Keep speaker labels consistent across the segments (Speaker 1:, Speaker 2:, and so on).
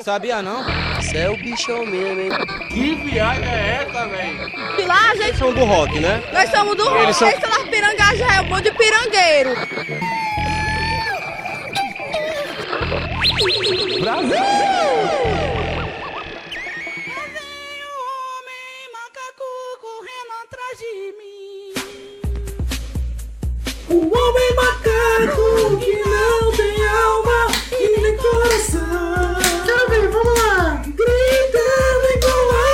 Speaker 1: Sabia não?
Speaker 2: Você é o bichão mesmo, hein?
Speaker 3: Que viagem é essa, velho?
Speaker 4: De lá, gente,
Speaker 3: São do rock, né?
Speaker 4: nós somos do
Speaker 3: Eles
Speaker 4: Eles
Speaker 3: são-
Speaker 4: são... lá pirangá já é um monte de pirangueiro.
Speaker 5: Vem o homem macaco correndo atrás de mim. O homem macaco que não tem alma e nem coração. Quero ver, Tá vamos lá. Gritando igual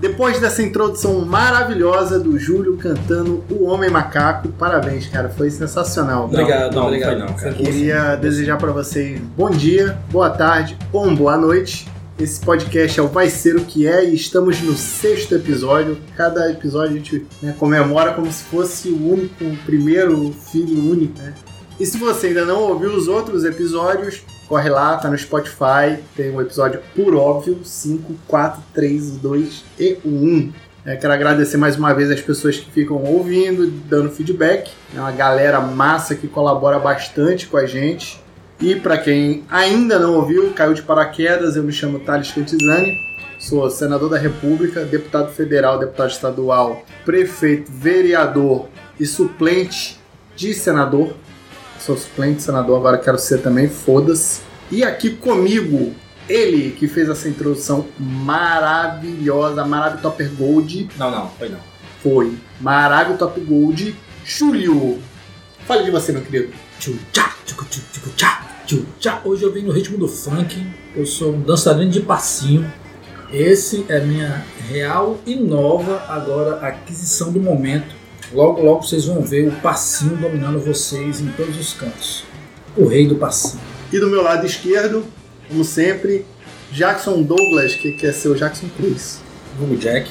Speaker 6: Depois dessa introdução maravilhosa do Júlio cantando O Homem Macaco, parabéns, cara, foi sensacional.
Speaker 7: Obrigado,
Speaker 3: não,
Speaker 7: obrigado.
Speaker 3: não foi não, cara.
Speaker 6: Queria desejar pra vocês bom dia, boa tarde ou uma boa noite. Esse podcast é o Vai Ser o Que É e estamos no sexto episódio. Cada episódio a gente né, comemora como se fosse o único, o primeiro filho único, né? E se você ainda não ouviu os outros episódios, corre lá, tá no Spotify, tem o episódio por óbvio, 5, 4, 3, 2 e 1. É, quero agradecer mais uma vez as pessoas que ficam ouvindo, dando feedback. É uma galera massa que colabora bastante com a gente. E para quem ainda não ouviu, caiu de paraquedas, eu me chamo Thales Cantizani, sou senador da República, deputado federal, deputado estadual, prefeito, vereador e suplente de senador. Sou suplente de senador, agora quero ser também, foda-se. E aqui comigo, ele que fez essa introdução maravilhosa, Maravilha Topper Gold,
Speaker 7: Não, não, foi não.
Speaker 6: foi Maravilha Top Gold, Júlio. Fale de você, meu querido.
Speaker 7: Tchutchá, tchucu-tchu, tchucu-tchá, tchutchá. Hoje eu vim no ritmo do funk. Eu sou um dançarino de passinho. Esse é minha real e nova agora aquisição do momento. Logo, logo vocês vão ver o passinho dominando vocês em todos os cantos. O rei do passinho.
Speaker 6: E do meu lado esquerdo, como sempre, Jackson Douglas, que quer ser o Jackson Cruz.
Speaker 7: Hugo Jack.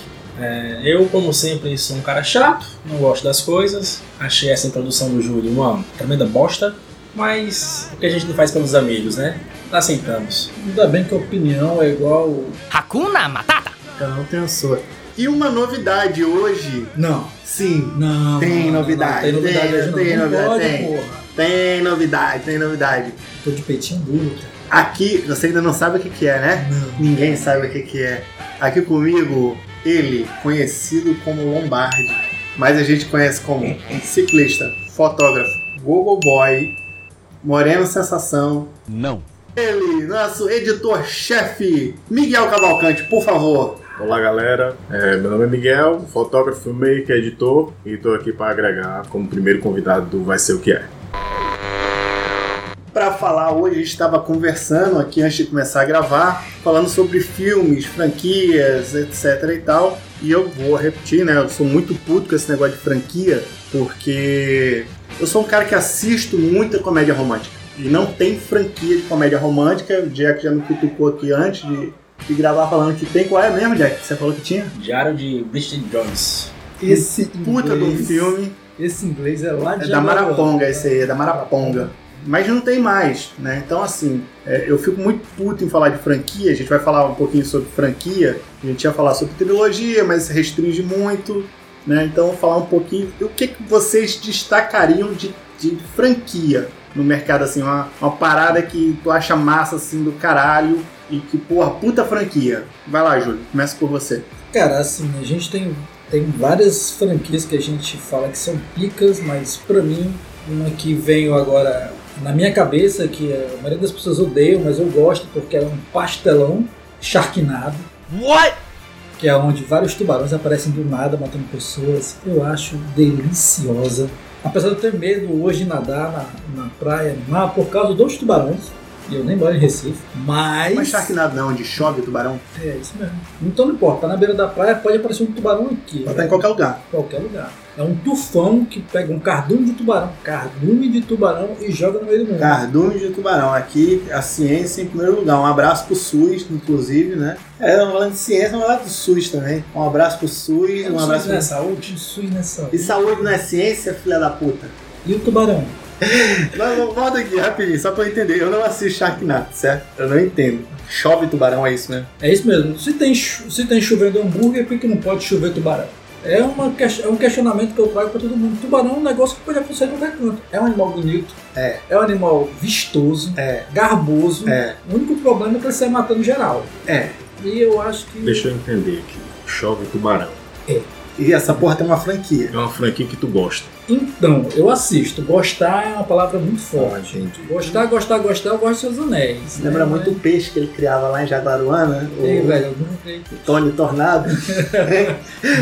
Speaker 8: Eu, como sempre, sou um cara chato, não gosto das coisas. Achei essa introdução do Júlio uma tremenda bosta, mas o que a gente não faz pelos amigos, né? Aceitamos.
Speaker 7: Ainda bem que a opinião é igual.
Speaker 1: Hakuna Matata!
Speaker 6: Cada um tem a sua. E uma novidade hoje,
Speaker 7: Não,
Speaker 6: sim,
Speaker 7: não.
Speaker 6: Tem
Speaker 7: não, não,
Speaker 6: novidade,
Speaker 7: Tem novidade
Speaker 6: tem,
Speaker 7: hoje, não.
Speaker 6: tem
Speaker 7: Não
Speaker 6: novidade,
Speaker 7: pode,
Speaker 6: tem.
Speaker 7: porra.
Speaker 6: tem novidade, tem novidade.
Speaker 7: Tô de peitinho duro, cara.
Speaker 6: Aqui, você ainda não sabe o que, que é, né? Ninguém sabe o que, que é. Aqui comigo, ele, conhecido como Lombardi, mas a gente conhece como ciclista, fotógrafo, Google Boy, Moreno Sensação.
Speaker 3: Não.
Speaker 6: Ele, nosso editor-chefe, Miguel Cavalcante, por favor.
Speaker 9: Olá galera, É, meu nome é Miguel, fotógrafo, filmmaker, editor e tô aqui para agregar como primeiro convidado do Vai Ser O Que É.
Speaker 6: Pra falar hoje, a gente estava conversando aqui antes de começar a gravar, falando sobre filmes, franquias, etc e tal. E eu vou repetir, né? Eu sou muito puto com esse negócio de franquia, porque eu sou um cara que assisto muita comédia romântica. E não tem franquia de comédia romântica. O Jack já me cutucou aqui antes de, de gravar falando que tem. Qual é mesmo, Jack? Você falou que tinha?
Speaker 8: Diário de Bridget Jones.
Speaker 7: Esse
Speaker 6: Puta de um
Speaker 7: inglês-
Speaker 6: filme.
Speaker 7: Esse inglês é lá de
Speaker 6: É da
Speaker 7: Jaguarão.
Speaker 6: Maraponga esse aí, é da Maraponga. Mas não tem mais, né? Então, assim, é, eu fico muito puto em falar de franquia. A gente vai falar um pouquinho sobre franquia. A gente ia falar sobre trilogia, mas restringe muito, né? Então, vou falar um pouquinho do que, que vocês destacariam de, de franquia no mercado, assim. Uma, uma parada que tu acha massa, assim, do caralho. E que, porra, puta franquia. Vai lá, Júlio. Começa por você.
Speaker 7: Cara, assim, a gente tem, tem várias franquias que a gente fala que são picas, mas pra mim, uma que veio agora na minha cabeça, que a maioria das pessoas odeiam, mas eu gosto porque é um pastelão charquinado,
Speaker 1: What?
Speaker 7: que é onde vários tubarões aparecem do nada matando pessoas. Eu acho deliciosa. Apesar de eu ter medo hoje de nadar na, na praia, no mar, por causa dos tubarões, e eu nem moro em Recife, mas.
Speaker 6: Mas é tá Sharknado não, onde chove o tubarão.
Speaker 7: É isso mesmo. Então não importa, tá na beira da praia pode aparecer um tubarão aqui.
Speaker 6: Ela tá em qualquer lugar.
Speaker 7: qualquer lugar. É um tufão que pega um cardume de tubarão, cardume de tubarão e joga no meio do mundo.
Speaker 6: Cardume de tubarão. Aqui a ciência em primeiro lugar. Um abraço pro SUS, inclusive, né? É, não falando de ciência, vamos falar do SUS também. Um abraço pro
Speaker 7: É,
Speaker 6: SUS, um abraço pro...
Speaker 7: saúde. Sui na né? saúde.
Speaker 6: E saúde não é ciência, filha da puta?
Speaker 7: E o tubarão?
Speaker 6: Não, não, volta aqui rapidinho, só pra eu entender. Eu não assisto Sharknado, certo? Eu não entendo. Chove tubarão, é isso mesmo?
Speaker 7: É isso mesmo. Se tem, chu- se tem chovendo hambúrguer, por que não pode chover tubarão? É, uma, ques- é um questionamento que eu trago pra todo mundo. Tubarão é um negócio que pode acontecer em qualquer canto. É um animal bonito.
Speaker 6: É.
Speaker 7: É um animal vistoso.
Speaker 6: É.
Speaker 7: Garboso.
Speaker 6: É.
Speaker 7: O único problema é que ele sai matando geral.
Speaker 6: É.
Speaker 7: E eu acho que.
Speaker 9: Deixa eu entender aqui. Chove Tubarão.
Speaker 6: E essa porra tem uma franquia.
Speaker 9: É uma franquia que tu gosta.
Speaker 7: Então, eu assisto. Gostar é uma palavra muito forte.
Speaker 9: entendi.
Speaker 7: Gostar, gostar, gostar, eu gosto dos seus anéis. né?
Speaker 6: Ah, Lembra muito o peixe que ele criava lá em Jaguaruana?
Speaker 7: Ei,
Speaker 6: o
Speaker 7: velho, eu nunca criei,
Speaker 6: Tony Tornado.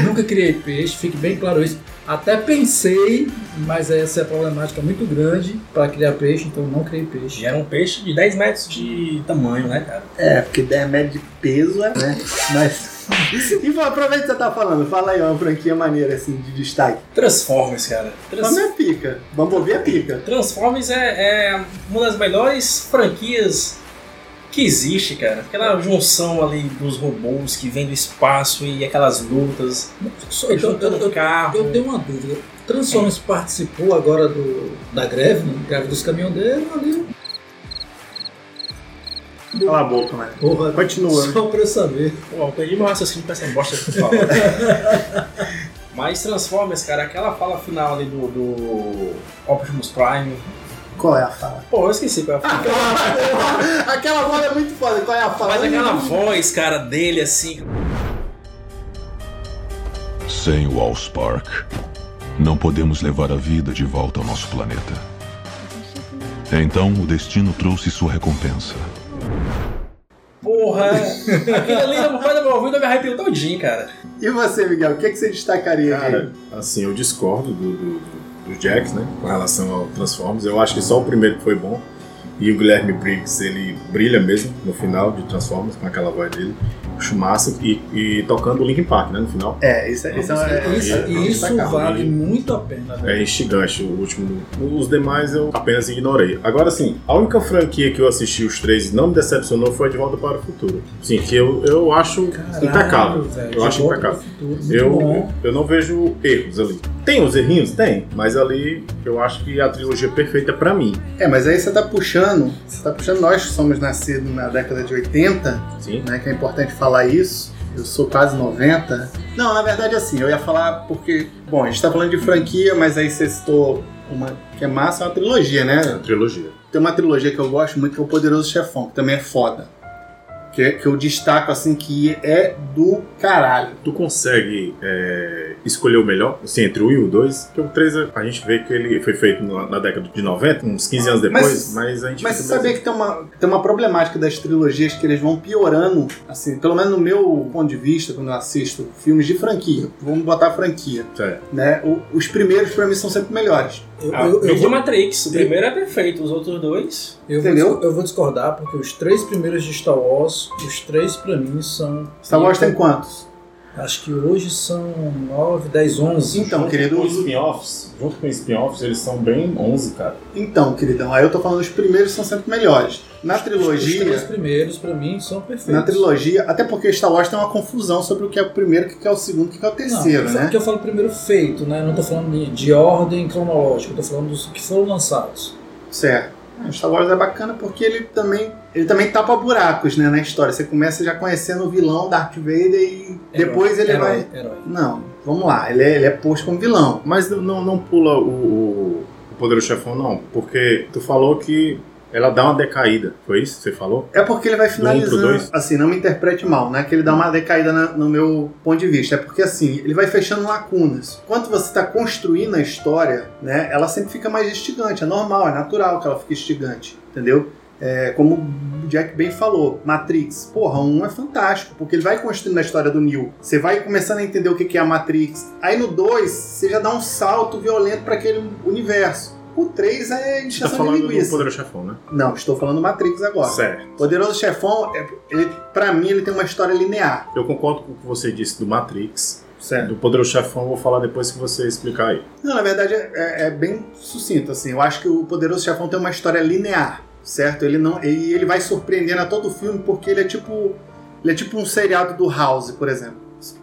Speaker 7: nunca criei peixe, fique bem claro isso. Até pensei, mas essa é problemática muito grande para criar peixe, então não criei peixe.
Speaker 8: E era um peixe de 10 metros de tamanho, né, cara?
Speaker 6: É, porque 10 metros de peso é, né? Mas. E fala, aproveita que você tá falando, fala aí uma franquia maneira assim de destaque.
Speaker 8: Transformers, cara. Trans-
Speaker 6: Mas é pica. Bambovi é pica.
Speaker 8: Transformers é, é uma das melhores franquias que existe, cara. Aquela junção ali dos robôs que vem do espaço e aquelas lutas.
Speaker 7: Só- então, eu,
Speaker 8: juntando
Speaker 7: eu-
Speaker 8: carro.
Speaker 7: eu tenho uma dúvida. Transformers participou agora do, da greve, né? greve dos caminhoneiros ali.
Speaker 6: Cala a boca, mano.
Speaker 7: Porra,
Speaker 6: Continua.
Speaker 7: só pra eu saber.
Speaker 8: Pô, eu perdi meu raciocínio pra essa bosta que tu fala. Mas Transformers, cara, aquela fala final ali do, do Optimus Prime.
Speaker 6: Qual é a fala?
Speaker 8: Pô, eu esqueci qual é a fala.
Speaker 6: Aquela bola é muito foda. Qual é a fala?
Speaker 8: Mas aquela voz, cara, dele assim.
Speaker 10: Sem o Allspark, não podemos levar a vida de volta ao nosso planeta. Então o destino trouxe sua recompensa.
Speaker 8: Porra! Aquilo ali na boca do meu ouvido eu me arrepio todinho, cara.
Speaker 6: E você, Miguel, o que, é que você destacaria aí?
Speaker 9: Cara, assim, eu discordo do, do, do- do Jax, né? Com relação ao Transformers. Eu acho que só o primeiro que foi bom. E o Guilherme Briggs, ele brilha mesmo no final de Transformers, com aquela voz dele. Acho massa. E, e tocando o Linkin Park, né? No final.
Speaker 6: É, isso é. Isso é,
Speaker 7: Isso,
Speaker 9: é,
Speaker 7: isso
Speaker 9: sacanagem.
Speaker 7: vale muito a pena, velho.
Speaker 9: É instigante o último. Os demais eu apenas ignorei. Agora sim, a única franquia que eu assisti os três e não me decepcionou foi De Volta para o Futuro. Sim, que eu, eu acho
Speaker 7: Caralho,
Speaker 9: É um impecável.
Speaker 7: velho,
Speaker 9: eu acho
Speaker 7: De Volta pro
Speaker 9: impecável.
Speaker 7: Futuro, muito
Speaker 9: Eu,
Speaker 7: bom.
Speaker 9: eu não vejo erros ali. Tem os errinhos? Tem. Mas ali eu acho que a trilogia é perfeita pra mim.
Speaker 6: é, mas aí você tá puxando. Você tá puxando. Nós que somos nascidos na década de 80,
Speaker 9: Sim.
Speaker 6: né, que é importante falar isso. Eu sou quase 90. Não, na verdade, assim, eu ia falar porque. Bom, a gente tá falando de franquia, mas aí você citou uma que é massa, é uma trilogia,
Speaker 9: A
Speaker 6: né?
Speaker 9: trilogia.
Speaker 6: Tem uma trilogia que eu gosto muito, que é o Poderoso Chefão, que também é foda. Que, que eu destaco, assim, que é do caralho.
Speaker 9: Tu consegue é, escolher o melhor, assim, entre o 1 e o 2? Porque o 3 a a gente vê que ele foi feito na, na década de 90, uns 15 anos depois, mas,
Speaker 6: Mas-
Speaker 9: a gente
Speaker 6: Mas você
Speaker 9: fica
Speaker 6: sabia
Speaker 9: meio-
Speaker 6: que tem uma, tem uma problemática das trilogias que eles vão piorando, assim, pelo menos no meu ponto de vista, quando eu assisto filmes de franquia. Vamos botar franquia,
Speaker 9: É.
Speaker 6: né? O- os primeiros, pra mim, são sempre melhores.
Speaker 7: Eu-
Speaker 8: Ah,
Speaker 7: eu- eu
Speaker 8: vídeo
Speaker 7: vou-
Speaker 8: Matrix, o primeiro é perfeito, os outros dois.
Speaker 7: Eu vou,
Speaker 6: Entendeu?
Speaker 7: disco- eu vou discordar, porque os três primeiros de Star Wars, os três pra mim são.
Speaker 6: Star Wars tem quantos?
Speaker 7: Acho que hoje são 9, 10, 11.
Speaker 6: Então,
Speaker 9: Junto
Speaker 6: querido,
Speaker 9: com os spin-offs, junto com os spin-offs, eles são bem 11, cara.
Speaker 6: então, queridão, aí eu tô falando os primeiros são sempre melhores. Na
Speaker 7: Os três
Speaker 6: trilogia,
Speaker 7: primeiros pra mim são perfeitos.
Speaker 6: na trilogia, até porque Star Wars tem uma confusão sobre o que é o primeiro, o que é o segundo, o que é o
Speaker 7: Não,
Speaker 6: terceiro,
Speaker 7: só
Speaker 6: né?
Speaker 7: que eu falo primeiro feito, né? Não tô falando de, de ordem cronológica, eu tô falando dos que foram lançados.
Speaker 6: Certo. Ah, Star Wars é bacana porque ele também, ele também tapa buracos, né, na história. Você começa já conhecendo o vilão Darth Vader e depois ele
Speaker 7: Herói,
Speaker 6: vai...
Speaker 7: Herói.
Speaker 6: Não, vamos lá, ele é, ele é posto como vilão.
Speaker 9: Mas não- não, não pula o, o, o Poderoso Chefão, não, porque tu falou que ela dá uma decaída, foi isso que você falou?
Speaker 6: É porque ele vai
Speaker 9: Do um pro
Speaker 6: finalizando.
Speaker 9: dois. Uhum.
Speaker 6: Assim, não me interprete mal, né? Que ele dá uma decaída na- no meu ponto de vista. É porque, assim, ele vai fechando lacunas. Enquanto você está construindo a história, né? Ela sempre fica mais instigante. É normal, é natural que ela fique instigante. Entendeu? É, como o Jack bem falou, Matrix. Porra, um é fantástico, porque ele vai construindo a história do Neo. Você vai começando a entender o que que é a Matrix. Aí no 2, você já dá um salto violento para aquele universo. O 3 é
Speaker 9: Você tá
Speaker 6: inchação de
Speaker 9: falando do
Speaker 6: linguiça.
Speaker 9: Poderoso Chefão, né?
Speaker 6: Não, estou falando Matrix agora.
Speaker 9: Certo.
Speaker 6: Poderoso Chefão, é- ele, pra mim, ele tem uma história linear.
Speaker 9: Eu concordo com o que você disse do Matrix.
Speaker 6: Certo.
Speaker 9: Do Poderoso Chefão eu vou falar depois que você explicar aí.
Speaker 6: Não, na verdade, é, é- é bem sucinto, assim. Eu acho que o Poderoso Chefão tem uma história linear, certo? Ele não, e ele vai surpreendendo a todo filme porque ele é tipo, ele é tipo um seriado do House, por exemplo.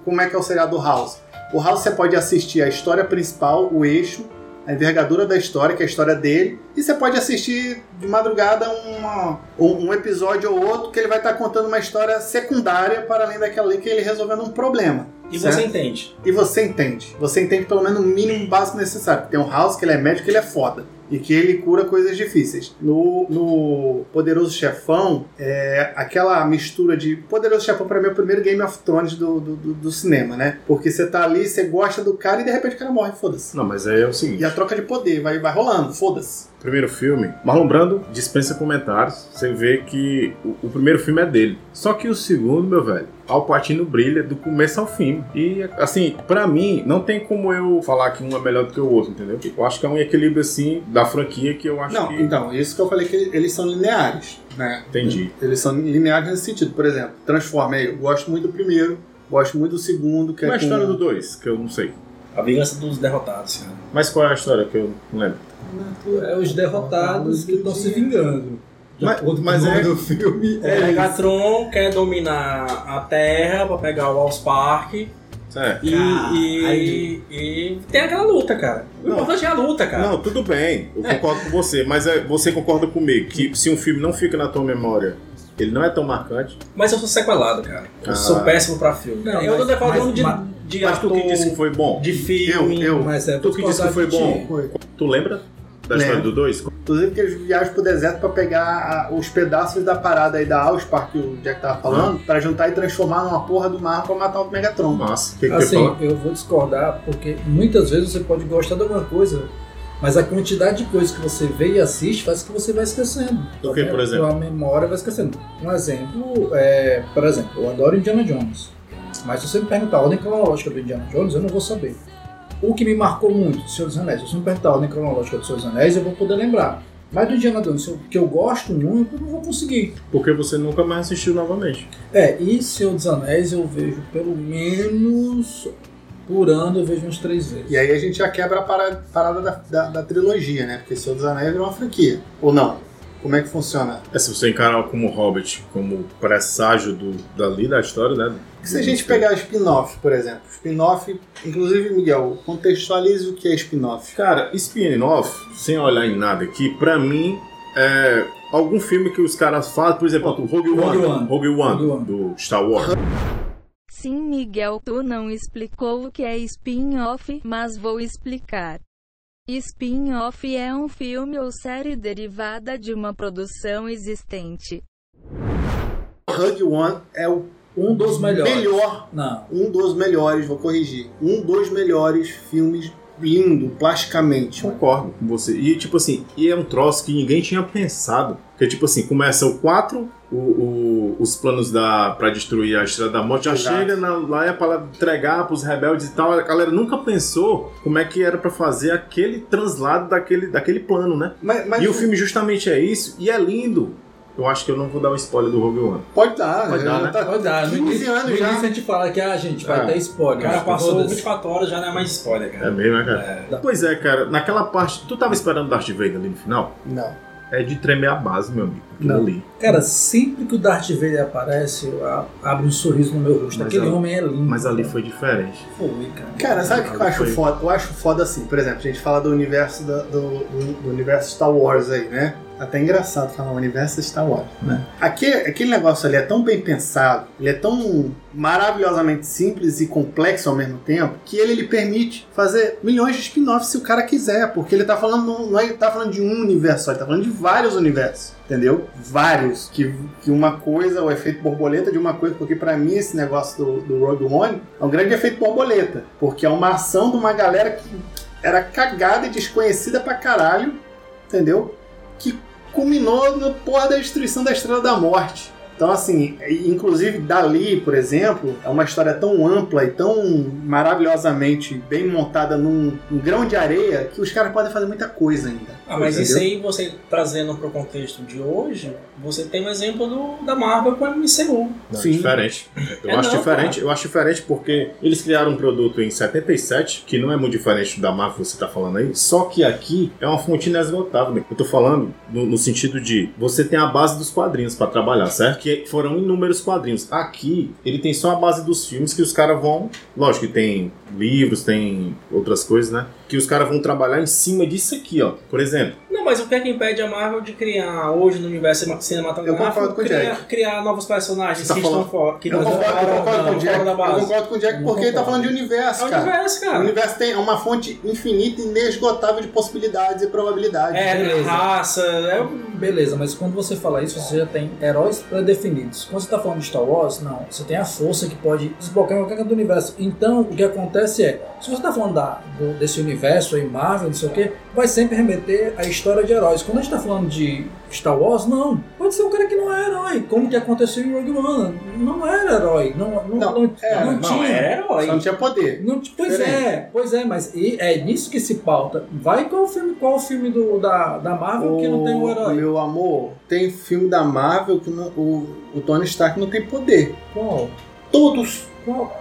Speaker 6: Como é que é o seriado do House? O House você pode assistir a história principal, o eixo, a envergadura da história, que é a história dele, e você pode assistir de madrugada uma- um, um episódio ou outro que ele vai estar contando uma história secundária para além daquela ali que ele resolvendo um problema.
Speaker 8: E
Speaker 6: Certo.
Speaker 8: você entende.
Speaker 6: E você entende. Você entende pelo menos o mínimo básico necessário. Tem um House que ele é médico, ele é foda. E que ele cura coisas difíceis. No, no Poderoso Chefão, é aquela mistura de. Poderoso Chefão, pra mim, é o primeiro Game of Thrones do, do, do- do cinema, né? Porque você tá ali, você gosta do cara e de repente o cara morre, foda-se.
Speaker 9: Não, mas aí é o
Speaker 6: E
Speaker 9: seguinte:
Speaker 6: a troca de poder vai, vai rolando, foda-se.
Speaker 9: primeiro filme, Marlon Brando dispensa comentários. Você vê que o, o primeiro filme é dele. Só que o segundo, meu velho, Al Pacino brilha do começo ao fim. E assim, pra mim, não tem como eu falar que um é melhor do que o outro, entendeu? Eu acho que é um equilíbrio assim da franquia que eu acho
Speaker 6: Não,
Speaker 9: que.
Speaker 6: então, isso que eu falei que ele- eles são lineares, né?
Speaker 9: Entendi.
Speaker 6: Eles são lineares nesse sentido. Por exemplo, Transforma eu gosto muito do primeiro, gosto muito do segundo, que
Speaker 9: Qual é a
Speaker 6: com-
Speaker 9: história do dois? Que eu não sei.
Speaker 8: A vingança dos derrotados, né? cara.
Speaker 9: Mas qual é a história que eu não lembro?
Speaker 7: É os derrotados que estão se vingando. De
Speaker 9: Mas-
Speaker 7: acordo com
Speaker 9: mas
Speaker 7: o nome
Speaker 9: é-
Speaker 7: do filme.
Speaker 8: O Megatron quer dominar a Terra pra pegar o Alls Park e,
Speaker 9: Certo.
Speaker 8: e, e tem aquela luta, cara. O
Speaker 9: Não.
Speaker 8: importante é a luta, cara.
Speaker 9: Não, tudo bem, eu concordo com você, mas é, você concorda comigo que se um filme não fica na tua memória, ele não é tão marcante.
Speaker 8: Mas eu sou sequelado, cara. Eu
Speaker 9: Ah.
Speaker 8: sou péssimo pra filme.
Speaker 7: Não,
Speaker 8: eu
Speaker 7: mas-
Speaker 8: não decoro
Speaker 7: mas-
Speaker 8: de,
Speaker 7: mas-
Speaker 8: de
Speaker 9: Mas tu
Speaker 8: ator,
Speaker 9: que disse que foi bom?
Speaker 8: de filme.
Speaker 6: Eu, eu.
Speaker 7: Mas é
Speaker 9: Tu que disse que foi
Speaker 7: discordar de
Speaker 9: bom? Tu lembra da história
Speaker 6: Lembro.
Speaker 9: do dois?
Speaker 6: Inclusive que eles viajam pro deserto pra pegar a- os pedaços da parada aí da Allspark que o Jack tava falando, pra juntar e transformar numa porra do mar pra matar o Megatron.
Speaker 9: Massa. O que, que tu
Speaker 7: Assim,
Speaker 9: fala?
Speaker 7: eu vou discordar, porque muitas vezes você pode gostar de alguma coisa, mas a quantidade de coisas que você vê e assiste faz com que você vai esquecendo.
Speaker 9: Do que, por exemplo?
Speaker 7: A memória vai esquecendo. Um exemplo é, por exemplo, eu adoro Indiana Jones, mas se você me perguntar a ordem cronológica do Indiana Jones, eu não vou saber. O que me marcou muito, Senhor dos Anéis, se você me perguntar a ordem cronológica do Senhor dos Anéis, eu vou poder lembrar. Mas do Indiana Jones, se eu- que eu gosto muito, eu não vou conseguir.
Speaker 9: Porque você nunca mais assistiu novamente.
Speaker 7: É, e Senhor dos Anéis eu vejo pelo menos por ano eu vejo uns três vezes.
Speaker 6: E aí a gente já quebra a parada, parada da, da- da trilogia, né? Porque Senhor dos Anéis é uma franquia. Ou não? Como é que funciona?
Speaker 9: É se você encarar como Hobbit, como presságio do, dali da história, né?
Speaker 6: Se a gente pegar spin-off, por exemplo. Spin-off, inclusive, Miguel, contextualize o que é spin-off.
Speaker 9: Cara, spin-off, sem olhar em nada aqui, pra mim é algum filme que os caras fazem, por exemplo, o Rogue
Speaker 7: Rogue
Speaker 9: One,
Speaker 7: One.
Speaker 9: Rogue
Speaker 7: Rogue
Speaker 9: One,
Speaker 7: One.
Speaker 9: do Star Wars.
Speaker 11: Sim, Miguel, tu não explicou o que é spin-off, mas vou explicar. Spin-off é um filme ou série derivada de uma produção existente.
Speaker 6: Hug One é o
Speaker 7: Um dos melhores.
Speaker 6: melhor
Speaker 7: Não.
Speaker 6: um dos melhores, vou corrigir, um dos melhores filmes lindo, plasticamente.
Speaker 9: Concordo com você. E tipo assim, e é um troço que ninguém tinha pensado. Porque, tipo assim, começa o 4, o, o- os planos da para destruir a Estrada da Morte já
Speaker 6: Exato.
Speaker 9: chega na, lá é para entregar pros rebeldes e tal. A galera nunca pensou como é que era pra fazer aquele translado daquele, daquele plano, né?
Speaker 6: Mas, mas
Speaker 9: e o filme justamente é isso, e é lindo. Eu acho que eu não vou dar um spoiler do Rogue One.
Speaker 6: pode dar,
Speaker 9: Pode dar,
Speaker 6: já
Speaker 9: né?
Speaker 6: tá-
Speaker 7: Pode dar, no
Speaker 6: 15
Speaker 7: início,
Speaker 6: anos
Speaker 7: no
Speaker 6: já.
Speaker 7: início a gente fala que ah, gente vai
Speaker 9: É.
Speaker 7: dar
Speaker 8: O
Speaker 7: spoiler.
Speaker 8: cara passou
Speaker 7: Foda-se.
Speaker 8: 24 horas, já não é mais spoiler, cara.
Speaker 9: É mesmo, né, cara?
Speaker 8: É.
Speaker 9: Pois é, cara, naquela parte. Tu tava esperando Darth Vader ali no final?
Speaker 6: Não.
Speaker 9: É de tremer a base, meu amigo. Aquilo
Speaker 6: Não.
Speaker 9: ali.
Speaker 7: Cara, sempre que o Darth Vader aparece, eu a- abre um sorriso no meu rosto.
Speaker 9: Mas
Speaker 7: Aquele
Speaker 9: ali-
Speaker 7: homem é lindo.
Speaker 9: Mas ali
Speaker 7: cara.
Speaker 9: foi diferente.
Speaker 7: Foi, cara.
Speaker 6: Cara, sabe o que eu
Speaker 9: Foi.
Speaker 6: acho foda? Eu acho foda assim, por exemplo, a gente fala do universo da- do, do- do universo Star Wars aí, né? Até engraçado falar universo Star Wars, né? Aque- aquele negócio ali é tão bem pensado, ele é tão maravilhosamente simples e complexo ao mesmo tempo, que ele, ele permite fazer milhões de spin-offs se o cara quiser, porque ele tá falando, não- não é- tá falando de um universo só, ele tá falando de vários universos, entendeu? Vários. Que, que uma coisa, o efeito borboleta de uma coisa, porque pra mim esse negócio do, do Rogue One é um grande efeito borboleta, porque é uma ação de uma galera que era cagada e desconhecida pra caralho, entendeu? Que culminou no porra da destruição da Estrela da Morte. Então, assim, e- inclusive dali, por exemplo, é uma história tão ampla e tão maravilhosamente bem montada num, num grão de areia que os caras podem fazer muita coisa ainda.
Speaker 8: Ah, mas
Speaker 6: Entendeu?
Speaker 8: isso aí, você trazendo pro contexto de hoje, você tem um exemplo do- da Marvel com o MCU.
Speaker 9: Não,
Speaker 6: Sim.
Speaker 9: diferente. Eu
Speaker 8: É
Speaker 9: acho
Speaker 8: não,
Speaker 9: diferente. Eu acho diferente porque eles criaram um produto em 77, que não é muito diferente da Marvel que você tá falando aí, só que aqui é uma fonte inesgotável. né? Eu tô falando no, no sentido de você tem a base dos quadrinhos pra trabalhar, certo? Que foram inúmeros quadrinhos. Aqui, ele tem só a base dos filmes que os caras vão. Lógico que tem livros, tem outras coisas, né? Que os caras vão trabalhar em cima disso aqui, ó. Por exemplo.
Speaker 8: Não, mas o que é que impede a Marvel de criar hoje no universo cima- cinematográfico?
Speaker 9: Eu concordo com o
Speaker 8: criar,
Speaker 9: Jack.
Speaker 8: criar novos personagens
Speaker 9: Você tá
Speaker 8: que
Speaker 9: falando-
Speaker 8: estão fora. Que
Speaker 9: Eu
Speaker 8: não-
Speaker 9: concordo, eu concordo com o
Speaker 8: não,
Speaker 9: Jack.
Speaker 8: fora da
Speaker 9: Eu
Speaker 8: base.
Speaker 9: concordo com o Jack
Speaker 7: Não
Speaker 9: porque ele tá
Speaker 7: concordo.
Speaker 9: falando de
Speaker 8: É
Speaker 9: universo,
Speaker 8: o
Speaker 9: cara.
Speaker 8: universo,
Speaker 9: O
Speaker 8: cara.
Speaker 9: universo
Speaker 6: é
Speaker 9: tem uma fonte infinita e inesgotável de possibilidades e probabilidades.
Speaker 6: né?
Speaker 8: É,
Speaker 7: Beleza.
Speaker 8: raça. É... o-
Speaker 7: Beleza, mas quando você fala isso, você já tem heróis pré-definidos. Quando você tá falando de Star Wars, não. Você tem a força que pode desbloquear qualquer canto do universo. Então, o que acontece é, se você tá falando da- do- desse universo aí, Marvel, não sei o quê, vai sempre remeter à história de heróis. Quando a gente tá falando de Star Wars, não. Pode ser um cara que não é herói, como que aconteceu em Rogue One. Não era herói. Não, não,
Speaker 9: Não,
Speaker 7: não,
Speaker 9: é,
Speaker 7: não
Speaker 8: Não,
Speaker 7: tinha.
Speaker 8: era
Speaker 9: Só não
Speaker 8: herói.
Speaker 9: tinha poder.
Speaker 7: Não, tipo, pois
Speaker 9: Diferente.
Speaker 7: é, pois é, mas e- é nisso que se pauta. Vai qual o filme, qual o filme do, da, da Marvel que não tem um herói?
Speaker 9: Meu amor, tem filme da Marvel que não- o, o Tony Stark não tem poder.
Speaker 7: Qual?
Speaker 9: Todos.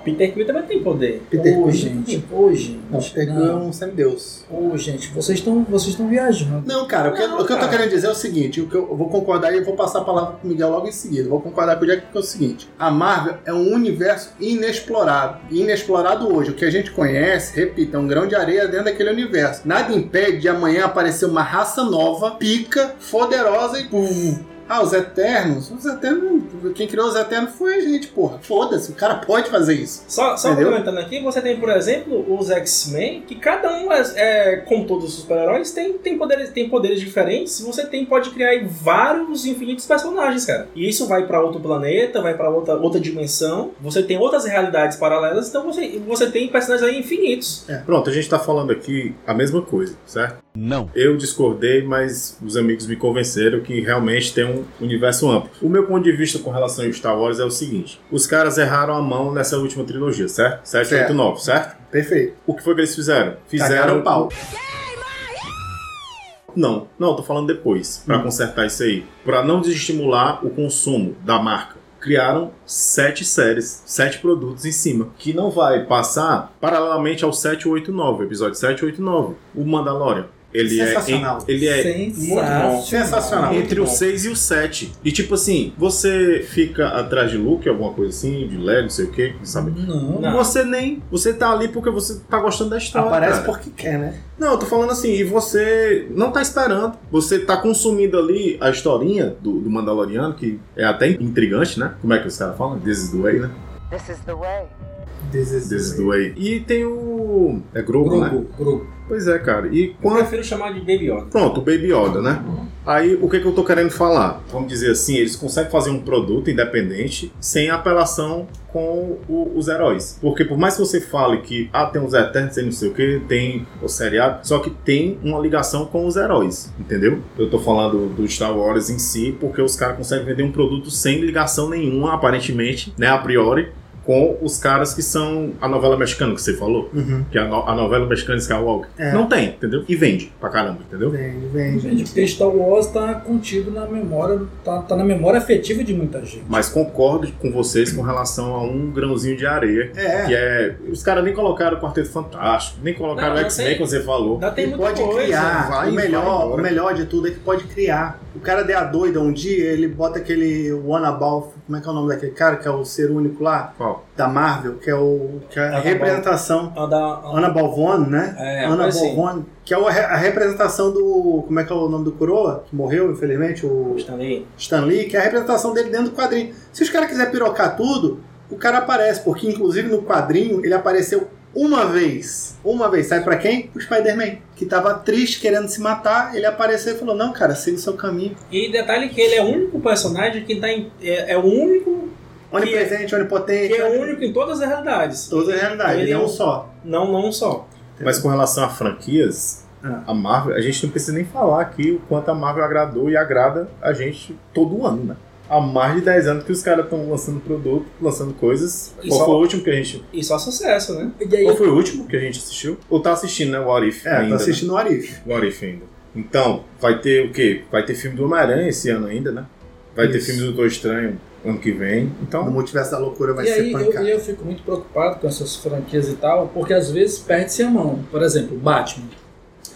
Speaker 8: Peter Quill também tem poder.
Speaker 9: Peter
Speaker 7: Ô,
Speaker 9: Quill.
Speaker 7: gente, ô, gente.
Speaker 9: Não, Peter Quill é
Speaker 7: não.
Speaker 9: um semideus.
Speaker 7: Ô, gente, vocês estão vocês estão viajando.
Speaker 9: Não, cara, o que,
Speaker 8: Não,
Speaker 9: o que eu tô
Speaker 8: cara.
Speaker 9: querendo dizer é o seguinte, o que eu eu vou concordar e eu vou passar a palavra pro Miguel logo em seguida. Vou concordar com o Jack que é o seguinte: a Marvel é um universo inexplorado. E Inexplorado hoje. O que a gente conhece, repita, é um grão de areia dentro daquele universo. Nada impede de amanhã aparecer uma raça nova, pica, poderosa e. puf. Ah, os Eternos? Os Eternos. Quem criou os Eternos foi a gente, porra. Foda-se, o cara pode fazer isso.
Speaker 8: Só, só
Speaker 9: Entendeu?
Speaker 8: comentando aqui, você tem, por exemplo, os X-Men, que cada um, é, é, como todos os super-heróis, tem, tem, poderes, tem poderes diferentes. Você tem, pode criar aí vários infinitos personagens, cara. E isso vai pra outro planeta, vai pra outra, outra dimensão. Você tem outras realidades paralelas, então você, você tem personagens aí infinitos.
Speaker 9: É, Pronto, a gente tá falando aqui a mesma coisa, certo?
Speaker 1: Não.
Speaker 9: Eu discordei, mas os amigos me convenceram que realmente tem um universo amplo. O meu ponto de vista com relação a Star Wars é o seguinte: os caras erraram a mão nessa última trilogia, certo? 7,
Speaker 6: Certo.
Speaker 9: 8, 9, certo?
Speaker 6: Perfeito.
Speaker 9: O que foi que eles fizeram?
Speaker 6: Fizeram
Speaker 9: Fizeram
Speaker 6: o pau.
Speaker 9: Não, não, tô falando depois,
Speaker 6: Hum.
Speaker 9: pra consertar isso aí, Pra não desestimular o consumo da marca. Criaram sete séries, sete produtos em cima, que não vai passar paralelamente ao 789, episódio 789. O Mandalorian, ele é em-
Speaker 6: Sensacional.
Speaker 9: ele é
Speaker 7: Sensacional.
Speaker 6: Sensacional.
Speaker 9: entre o 6 e o 7. E tipo assim, você fica atrás de Luke, alguma coisa assim, de Lego, não sei o que, sabe?
Speaker 7: Não.
Speaker 8: Não.
Speaker 9: Você nem. Você tá ali porque você tá gostando da história.
Speaker 6: Aparece
Speaker 9: cara.
Speaker 6: porque quer, né?
Speaker 9: Não, eu tô falando assim, e você não tá esperando. Você tá consumindo ali a historinha do, do Mandaloriano, que é até intrigante, né? Como é que os caras falam? This is the way, né? This is the way. E tem o. É Grogu, né?
Speaker 7: Grogu, Grogu.
Speaker 9: Pois é, cara. E
Speaker 8: Eu
Speaker 9: quando.
Speaker 8: prefiro chamar de Baby Yoda.
Speaker 9: Pronto, o Baby Yoda, né? Aí o que, que eu tô querendo falar? Vamos dizer assim, eles conseguem fazer um produto independente sem apelação com o- os heróis. Porque por mais que você fale que ah, tem os Eternos, tem não sei o que, tem o seriado, só que tem uma ligação com os heróis, entendeu? Eu tô falando do Star Wars em si, porque os caras conseguem vender um produto sem ligação nenhuma, aparentemente, né, a priori. Com os caras que são a novela mexicana que você falou,
Speaker 6: Uhum.
Speaker 9: que é a, no- a novela mexicana Skywalker.
Speaker 6: É.
Speaker 9: Não tem, entendeu? E vende pra caramba, entendeu?
Speaker 6: Vende, vende.
Speaker 7: Gente, porque Star Wars tá contido na memória, tá, tá na memória afetiva de muita gente.
Speaker 9: Mas concordo com vocês com relação a um grãozinho de areia.
Speaker 6: É.
Speaker 9: Que é. Os caras nem colocaram o Quarteto Fantástico, nem colocaram
Speaker 8: Não,
Speaker 9: o
Speaker 8: não
Speaker 9: X-Men,
Speaker 8: tem.
Speaker 9: como você falou.
Speaker 8: Ainda tem
Speaker 6: Ele
Speaker 8: muita
Speaker 6: pode
Speaker 8: coisa.
Speaker 6: criar.
Speaker 9: vai,
Speaker 6: o, melhor,
Speaker 9: vai
Speaker 6: o
Speaker 9: embora.
Speaker 6: melhor de tudo é que pode criar. O cara der a doida um dia, ele bota aquele One About, como é que é o nome daquele cara, que é o ser único lá,
Speaker 9: Qual?
Speaker 6: da Marvel, que é o que é a
Speaker 8: Ana
Speaker 6: representação.
Speaker 8: Andar-
Speaker 6: Ana Balvone, né?
Speaker 8: É,
Speaker 6: Ana
Speaker 8: mas assim-
Speaker 6: Balvone, que é o re- a representação do. Como é que é o nome do Coroa? Que morreu, infelizmente, o
Speaker 8: Stanley.
Speaker 6: Stan Lee, que é a representação dele dentro do quadrinho. Se os caras quiserem pirocar tudo, o cara aparece, porque inclusive no quadrinho ele apareceu uma vez. Uma vez. Sabe pra quem? O Spider-Man, que tava triste, querendo se matar. Ele apareceu e falou: Não, cara, siga o seu caminho.
Speaker 8: E detalhe que ele é o único personagem que tá em- é, é o único
Speaker 6: Onipresente, onipotente.
Speaker 8: que é único em todas as realidades.
Speaker 6: Toda a realidade, ele é um só.
Speaker 8: Não, não só.
Speaker 9: Mas com relação a franquias,
Speaker 6: Ah.
Speaker 9: a Marvel, a gente não precisa nem falar aqui o quanto a Marvel agradou e agrada a gente todo ano, né? Há mais de 10 anos que os caras estão lançando produto, lançando coisas.
Speaker 8: E
Speaker 6: é
Speaker 9: Qual
Speaker 8: só-
Speaker 9: foi o último que a gente.
Speaker 8: E só sucesso, né?
Speaker 7: E aí,
Speaker 9: Qual foi o último que a gente assistiu? Ou tá assistindo, né? O What If?
Speaker 6: É,
Speaker 9: ainda,
Speaker 6: tá
Speaker 9: né?
Speaker 6: assistindo o Arif.
Speaker 9: What If ainda. Então, vai ter o quê? Vai ter filme do Homem-Aranha esse ano ainda, né? Vai ter
Speaker 6: Isso.
Speaker 9: filme do Doutor Estranho ano que vem. Então,
Speaker 6: No multiverso da loucura vai
Speaker 7: e
Speaker 6: ser
Speaker 7: aí eu,
Speaker 6: pancada.
Speaker 7: eu fico muito preocupado com essas franquias e tal, porque às vezes perde-se a mão. Por exemplo, Batman.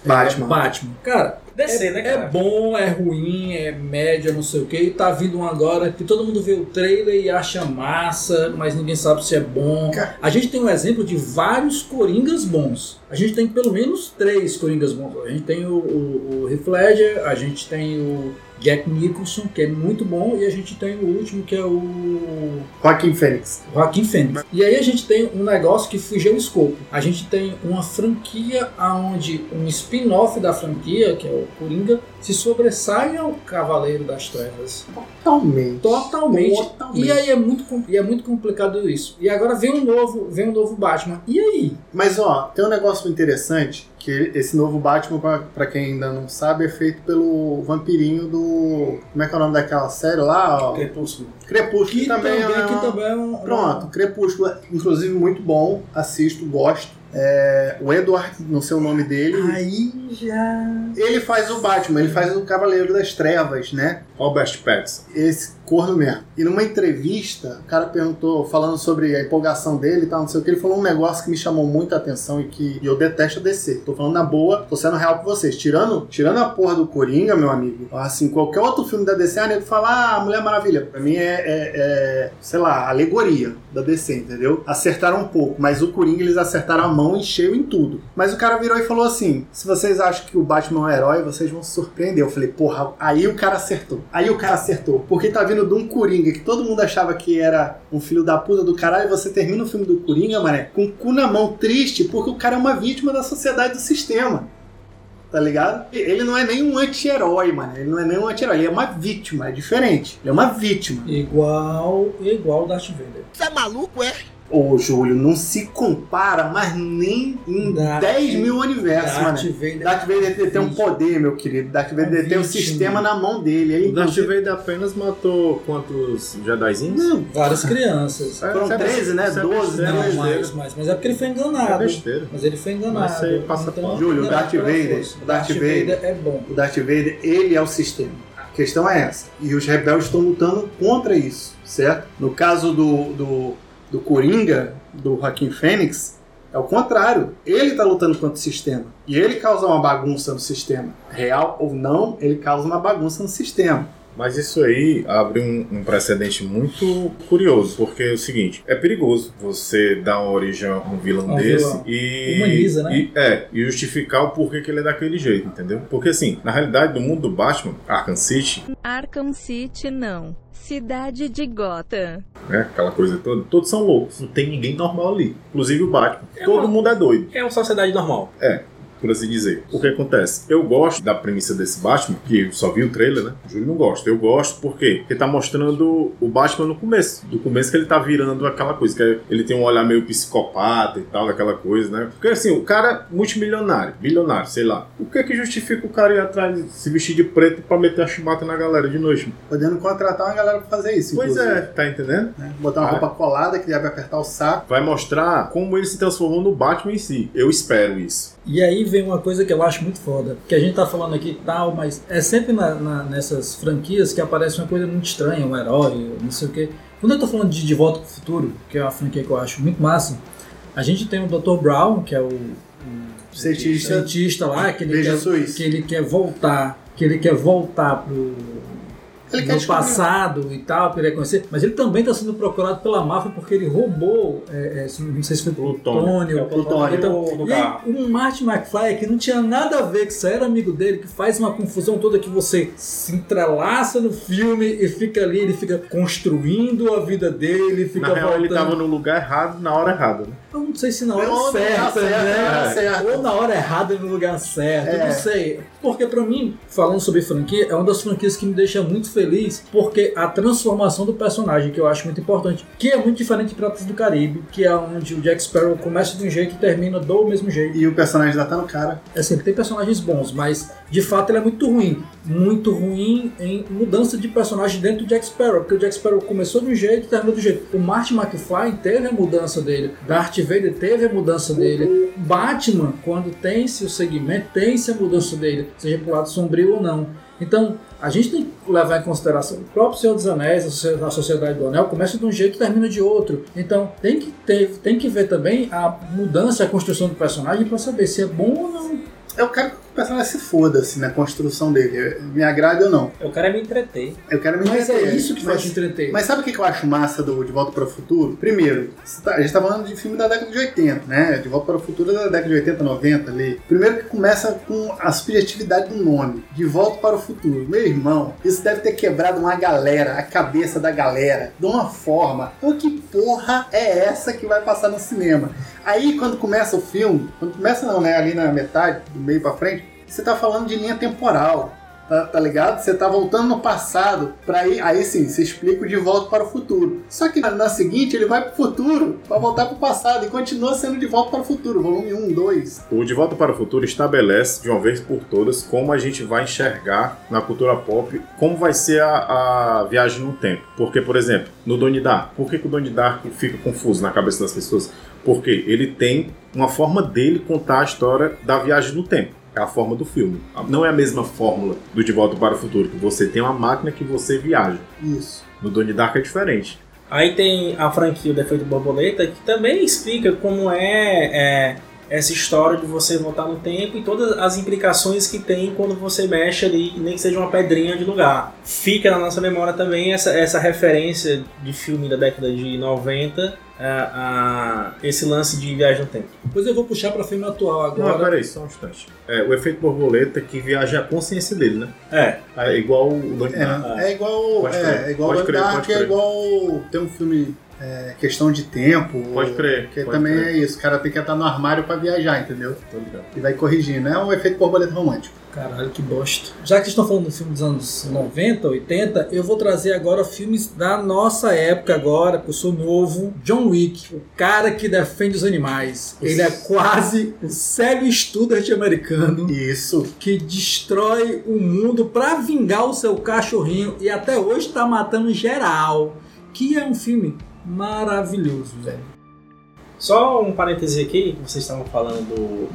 Speaker 6: Batman.
Speaker 7: Batman. Cara,
Speaker 8: DC,
Speaker 7: é,
Speaker 8: né,
Speaker 7: é
Speaker 8: cara?
Speaker 7: bom, é ruim, é média, não sei o que. E tá vindo um agora que todo mundo vê o trailer e acha massa, mas ninguém sabe se é bom.
Speaker 6: Cara.
Speaker 7: A gente tem um exemplo de vários Coringas bons. A gente tem pelo menos três Coringas bons. A gente tem o, o, o Heath Ledger, a gente tem o Jack Nicholson, que é muito bom, e a gente tem o último, que é o
Speaker 6: Joaquim Fênix.
Speaker 7: Joaquim Fênix. E aí a gente tem um negócio que fugiu o escopo. A gente tem uma franquia onde um spin-off da franquia, que é o Coringa, se sobressai ao Cavaleiro das Trevas.
Speaker 6: Totalmente.
Speaker 7: Totalmente.
Speaker 6: Totalmente.
Speaker 7: E aí é muito, com- e é muito complicado isso. E agora vem um novo, vem um novo Batman. E aí?
Speaker 6: Mas ó, tem um negócio interessante, que esse novo Batman, pra, pra quem ainda não sabe, é feito pelo vampirinho do. Como é que é o nome daquela série lá? ó?
Speaker 8: Crepúsculo.
Speaker 6: Crepúsculo
Speaker 7: Que
Speaker 6: também,
Speaker 7: também,
Speaker 6: é
Speaker 7: que
Speaker 6: uma-
Speaker 7: também é um-
Speaker 6: Pronto, Crepúsculo, é, inclusive muito bom, assisto, gosto. É, o Edward, não sei o nome dele,
Speaker 7: Aí já.
Speaker 6: ele faz o Batman, ele faz o Cavaleiro das Trevas, né?
Speaker 9: Robert Pattinson.
Speaker 6: esse corno mesmo. E numa entrevista, o cara perguntou, falando sobre a empolgação dele e tal, não sei o que, ele falou um negócio que me chamou muita atenção e que e eu detesto a DC. Tô falando na boa, tô sendo real com vocês. Tirando, tirando a porra do Coringa, meu amigo, assim, qualquer outro filme da DC, a nego fala, ah, Mulher Maravilha. Pra mim é, é- é, sei lá, alegoria da DC, entendeu? Acertaram um pouco, mas o Coringa eles acertaram a mão e cheio em tudo. Mas o cara virou e falou assim, se vocês acham que o Batman é um herói, vocês vão se surpreender. Eu falei, porra, aí o cara acertou. Aí o cara acertou. Porque tá vindo de um Coringa que todo mundo achava que era um filho da puta do caralho, e você termina o filme do Coringa, mané, com o cu na mão, triste, porque o cara é uma vítima da sociedade do sistema. Tá ligado? E Ele não é nem um anti-herói, mano. Ele não é nem um anti-herói. Ele é uma vítima, é diferente. Ele é uma vítima.
Speaker 7: Igual, igual o Darth Vader.
Speaker 2: Você é maluco, é?
Speaker 6: Ô, Júlio, não se compara, mas nem em
Speaker 7: Darth-
Speaker 6: 10 mil universos, mano.
Speaker 7: Darth Vader.
Speaker 6: Darth Vader tem um
Speaker 7: Sim.
Speaker 6: poder, meu querido. Darth Vader tem um
Speaker 7: Vítima.
Speaker 6: sistema na mão dele. Ele,
Speaker 9: O Darth
Speaker 6: inclusive,
Speaker 9: Vader apenas matou quantos Jedizinhos?
Speaker 6: Não,
Speaker 7: Várias crianças.
Speaker 9: É,
Speaker 6: Foram
Speaker 9: isso é
Speaker 6: 13, né?
Speaker 9: isso é
Speaker 6: 12,
Speaker 9: besteira.
Speaker 6: né?
Speaker 7: Não,
Speaker 9: Isso é
Speaker 7: mais, mais. Mas é porque ele foi
Speaker 9: É
Speaker 7: enganado.
Speaker 9: besteira.
Speaker 7: Mas ele foi enganado. Então,
Speaker 9: Mas você passa pano.
Speaker 6: Júlio,
Speaker 7: não,
Speaker 6: Darth
Speaker 7: pela
Speaker 6: Vader,
Speaker 7: força.
Speaker 6: Darth
Speaker 7: Darth
Speaker 6: Vader.
Speaker 7: Vader é bom.
Speaker 6: O Darth Vader, ele é o sistema. A questão é essa. E os rebeldes estão lutando contra isso, certo? No caso do, do, do Coringa, do Joaquim Fênix, é o contrário. Ele tá lutando contra o sistema. E ele causa uma bagunça no sistema. Real ou não, ele causa uma bagunça no sistema.
Speaker 9: Mas isso aí abre um, um precedente muito curioso, porque é o seguinte, é perigoso você dar uma origem a um vilão
Speaker 7: Um
Speaker 9: desse
Speaker 7: vilão.
Speaker 9: e...
Speaker 7: Humaniza, né?
Speaker 9: e- é, e justificar o porquê que ele é daquele jeito, entendeu? Porque assim, na realidade, do mundo do Batman, Arkham City,
Speaker 11: Arkham City não. Cidade de Gotham.
Speaker 9: né, aquela coisa toda, todos são loucos, não tem ninguém normal ali, inclusive o Batman.
Speaker 8: É
Speaker 9: Todo
Speaker 8: uma-
Speaker 9: mundo é doido.
Speaker 8: É uma sociedade normal.
Speaker 9: por assim dizer. O que acontece? Eu gosto da premissa desse Batman, que eu só vi o trailer, né? O Júlio não gosta. Eu gosto por quê? porque tá mostrando o Batman no começo. Do começo que ele tá virando aquela coisa, que é- ele tem um olhar meio psicopata e tal, daquela coisa, né? Porque assim, o cara multimilionário, bilionário, sei lá. O que é que justifica o cara ir atrás de se vestir de preto pra meter a chibata na galera de noite? mano?
Speaker 6: Podendo contratar uma galera pra fazer isso.
Speaker 9: Pois
Speaker 6: inclusive,
Speaker 9: é, tá entendendo?
Speaker 6: né? Botar uma
Speaker 9: Ah.
Speaker 6: roupa colada que já vai apertar o saco.
Speaker 9: Vai mostrar como ele se transformou no Batman em si. Eu espero isso.
Speaker 7: E aí vem uma coisa que eu acho muito foda, que a gente tá falando aqui e tal, mas é sempre na- na- nessas franquias que aparece uma coisa muito estranha, um herói, não sei o quê. Quando eu tô falando de De Volta pro Futuro, que é uma franquia que eu acho muito massa, a gente tem o Dr. Brown, que é o, o
Speaker 6: Cientista.
Speaker 7: cientista lá, que ele,
Speaker 6: Veja
Speaker 7: quer,
Speaker 6: Suíça.
Speaker 7: que ele quer voltar, que ele quer voltar pro
Speaker 6: Ele quer
Speaker 7: no
Speaker 6: descobrir.
Speaker 7: passado e tal, pra ele reconhecer, mas ele também tá sendo procurado pela máfia porque ele roubou, é, é, se não não sei se foi
Speaker 9: Plutônio.
Speaker 7: Plutônio
Speaker 6: Plutônio.
Speaker 7: então,
Speaker 8: Do- do
Speaker 7: e aí,
Speaker 8: carro.
Speaker 7: o Martin McFly, que não tinha nada a ver, que só era amigo dele, que faz uma confusão toda que você se entrelaça no filme e fica ali, ele fica construindo a vida dele, fica
Speaker 9: na real,
Speaker 7: voltando.
Speaker 9: ele tava no lugar errado, na hora errada, né?
Speaker 7: Eu não sei se na hora
Speaker 6: Ou na
Speaker 7: certa,
Speaker 6: hora certa,
Speaker 7: né?
Speaker 6: tá na hora certa.
Speaker 7: Ou na hora errada e no lugar certo, eu
Speaker 6: É.
Speaker 7: não sei. Porque pra mim, falando sobre franquia, é uma das franquias que me deixa muito feliz, porque a transformação do personagem, que eu acho muito importante, que é muito diferente de Piratas do Caribe, que é onde o Jack Sparrow começa de um jeito e termina do mesmo jeito.
Speaker 6: E o personagem já tá no cara.
Speaker 7: É sempre tem personagens bons, mas de fato ele é muito ruim. Muito ruim em mudança de personagem dentro do Jack Sparrow, porque o Jack Sparrow começou de um jeito e terminou do jeito. O Martin McFly teve a mudança dele, Darth Vader teve a mudança dele, Batman, quando tem-se o segmento, tem-se a mudança dele, seja pro lado sombrio ou não. Então, a gente tem que levar em consideração o próprio Senhor dos Anéis, a Socie- a Sociedade do Anel, começa de um jeito e termina de outro. Então, tem que, ter, tem que ver também a mudança, a construção do personagem para saber se é bom ou não.
Speaker 6: Eu quero que o personagem se foda assim, na construção dele. Me agrada ou não.
Speaker 8: Eu quero é me entreter.
Speaker 6: Eu quero me
Speaker 7: Mas é
Speaker 6: entreter.
Speaker 7: isso que faz te
Speaker 6: mas,
Speaker 7: entreter.
Speaker 6: mas sabe o que que eu acho massa do De Volta para o Futuro? Primeiro, você tá- a gente tá falando de filme da década de 80, né? De Volta para o Futuro é da década de 80, 90 ali. Primeiro que começa com a subjetividade do nome. De Volta para o Futuro. Meu irmão, isso deve ter quebrado uma galera, a cabeça da galera, de uma forma. Pô, que porra é essa que vai passar no cinema? Aí quando começa o filme, quando começa não, né? Ali na metade, do meio pra frente, você tá falando de linha temporal. Tá, tá ligado? Você tá voltando no passado para ir. Aí sim, você explica o de volta para o futuro. Só que na seguinte ele vai pro futuro pra voltar pro passado e continua sendo de volta para o futuro. Volume 1, 2.
Speaker 9: O De Volta para o Futuro estabelece, de uma vez por todas, como a gente vai enxergar na cultura pop, como vai ser a, a viagem no tempo. Porque, por exemplo, no Donnie Darko, por que, que o Donnie Darko fica confuso na cabeça das pessoas? Porque ele tem uma forma dele contar a história da viagem no tempo. É a forma do filme. Não é a mesma fórmula do De Volta para o Futuro, que você tem uma máquina que você viaja.
Speaker 6: Isso.
Speaker 9: No Donnie Darko é diferente.
Speaker 8: Aí tem a franquia O Defeito Borboleta, que também explica como é, é, essa história de você voltar no tempo e todas as implicações que tem quando você mexe ali, nem que seja uma pedrinha de lugar. Fica na nossa memória também essa, essa referência de filme da década de 90 a, a esse lance de viagem no tempo.
Speaker 7: Depois eu vou puxar pra filme atual
Speaker 9: Não,
Speaker 7: agora.
Speaker 9: peraí, só um instante. É, o efeito borboleta que viaja a consciência dele, né?
Speaker 8: É,
Speaker 9: É igual o Ah, Donnie
Speaker 6: É,
Speaker 9: Darko.
Speaker 6: é igual.
Speaker 9: Pode crer,
Speaker 6: É, é igual
Speaker 9: pode
Speaker 6: Donnie
Speaker 9: crer,
Speaker 6: Dark,
Speaker 9: pode
Speaker 6: é
Speaker 9: crer.
Speaker 6: igual. Tem um filme. é, questão de tempo.
Speaker 9: Pode crer,
Speaker 6: Que
Speaker 9: pode
Speaker 6: também
Speaker 9: crer.
Speaker 6: é isso. O cara tem que entrar no armário pra viajar, entendeu?
Speaker 9: Tô ligado.
Speaker 6: E vai corrigindo. É um efeito borboleta romântico.
Speaker 7: Caralho, que bosta. Já que vocês estão falando de filme dos anos 90, 80, eu vou trazer agora filmes da nossa época agora, porque eu sou novo. John Wick, o cara que defende os animais. Ele é quase o sério Studart americano
Speaker 6: Isso.
Speaker 7: que destrói o mundo pra vingar o seu cachorrinho e até hoje tá matando geral. Que é um filme maravilhoso, velho.
Speaker 8: só um parêntese aqui, vocês estavam falando do,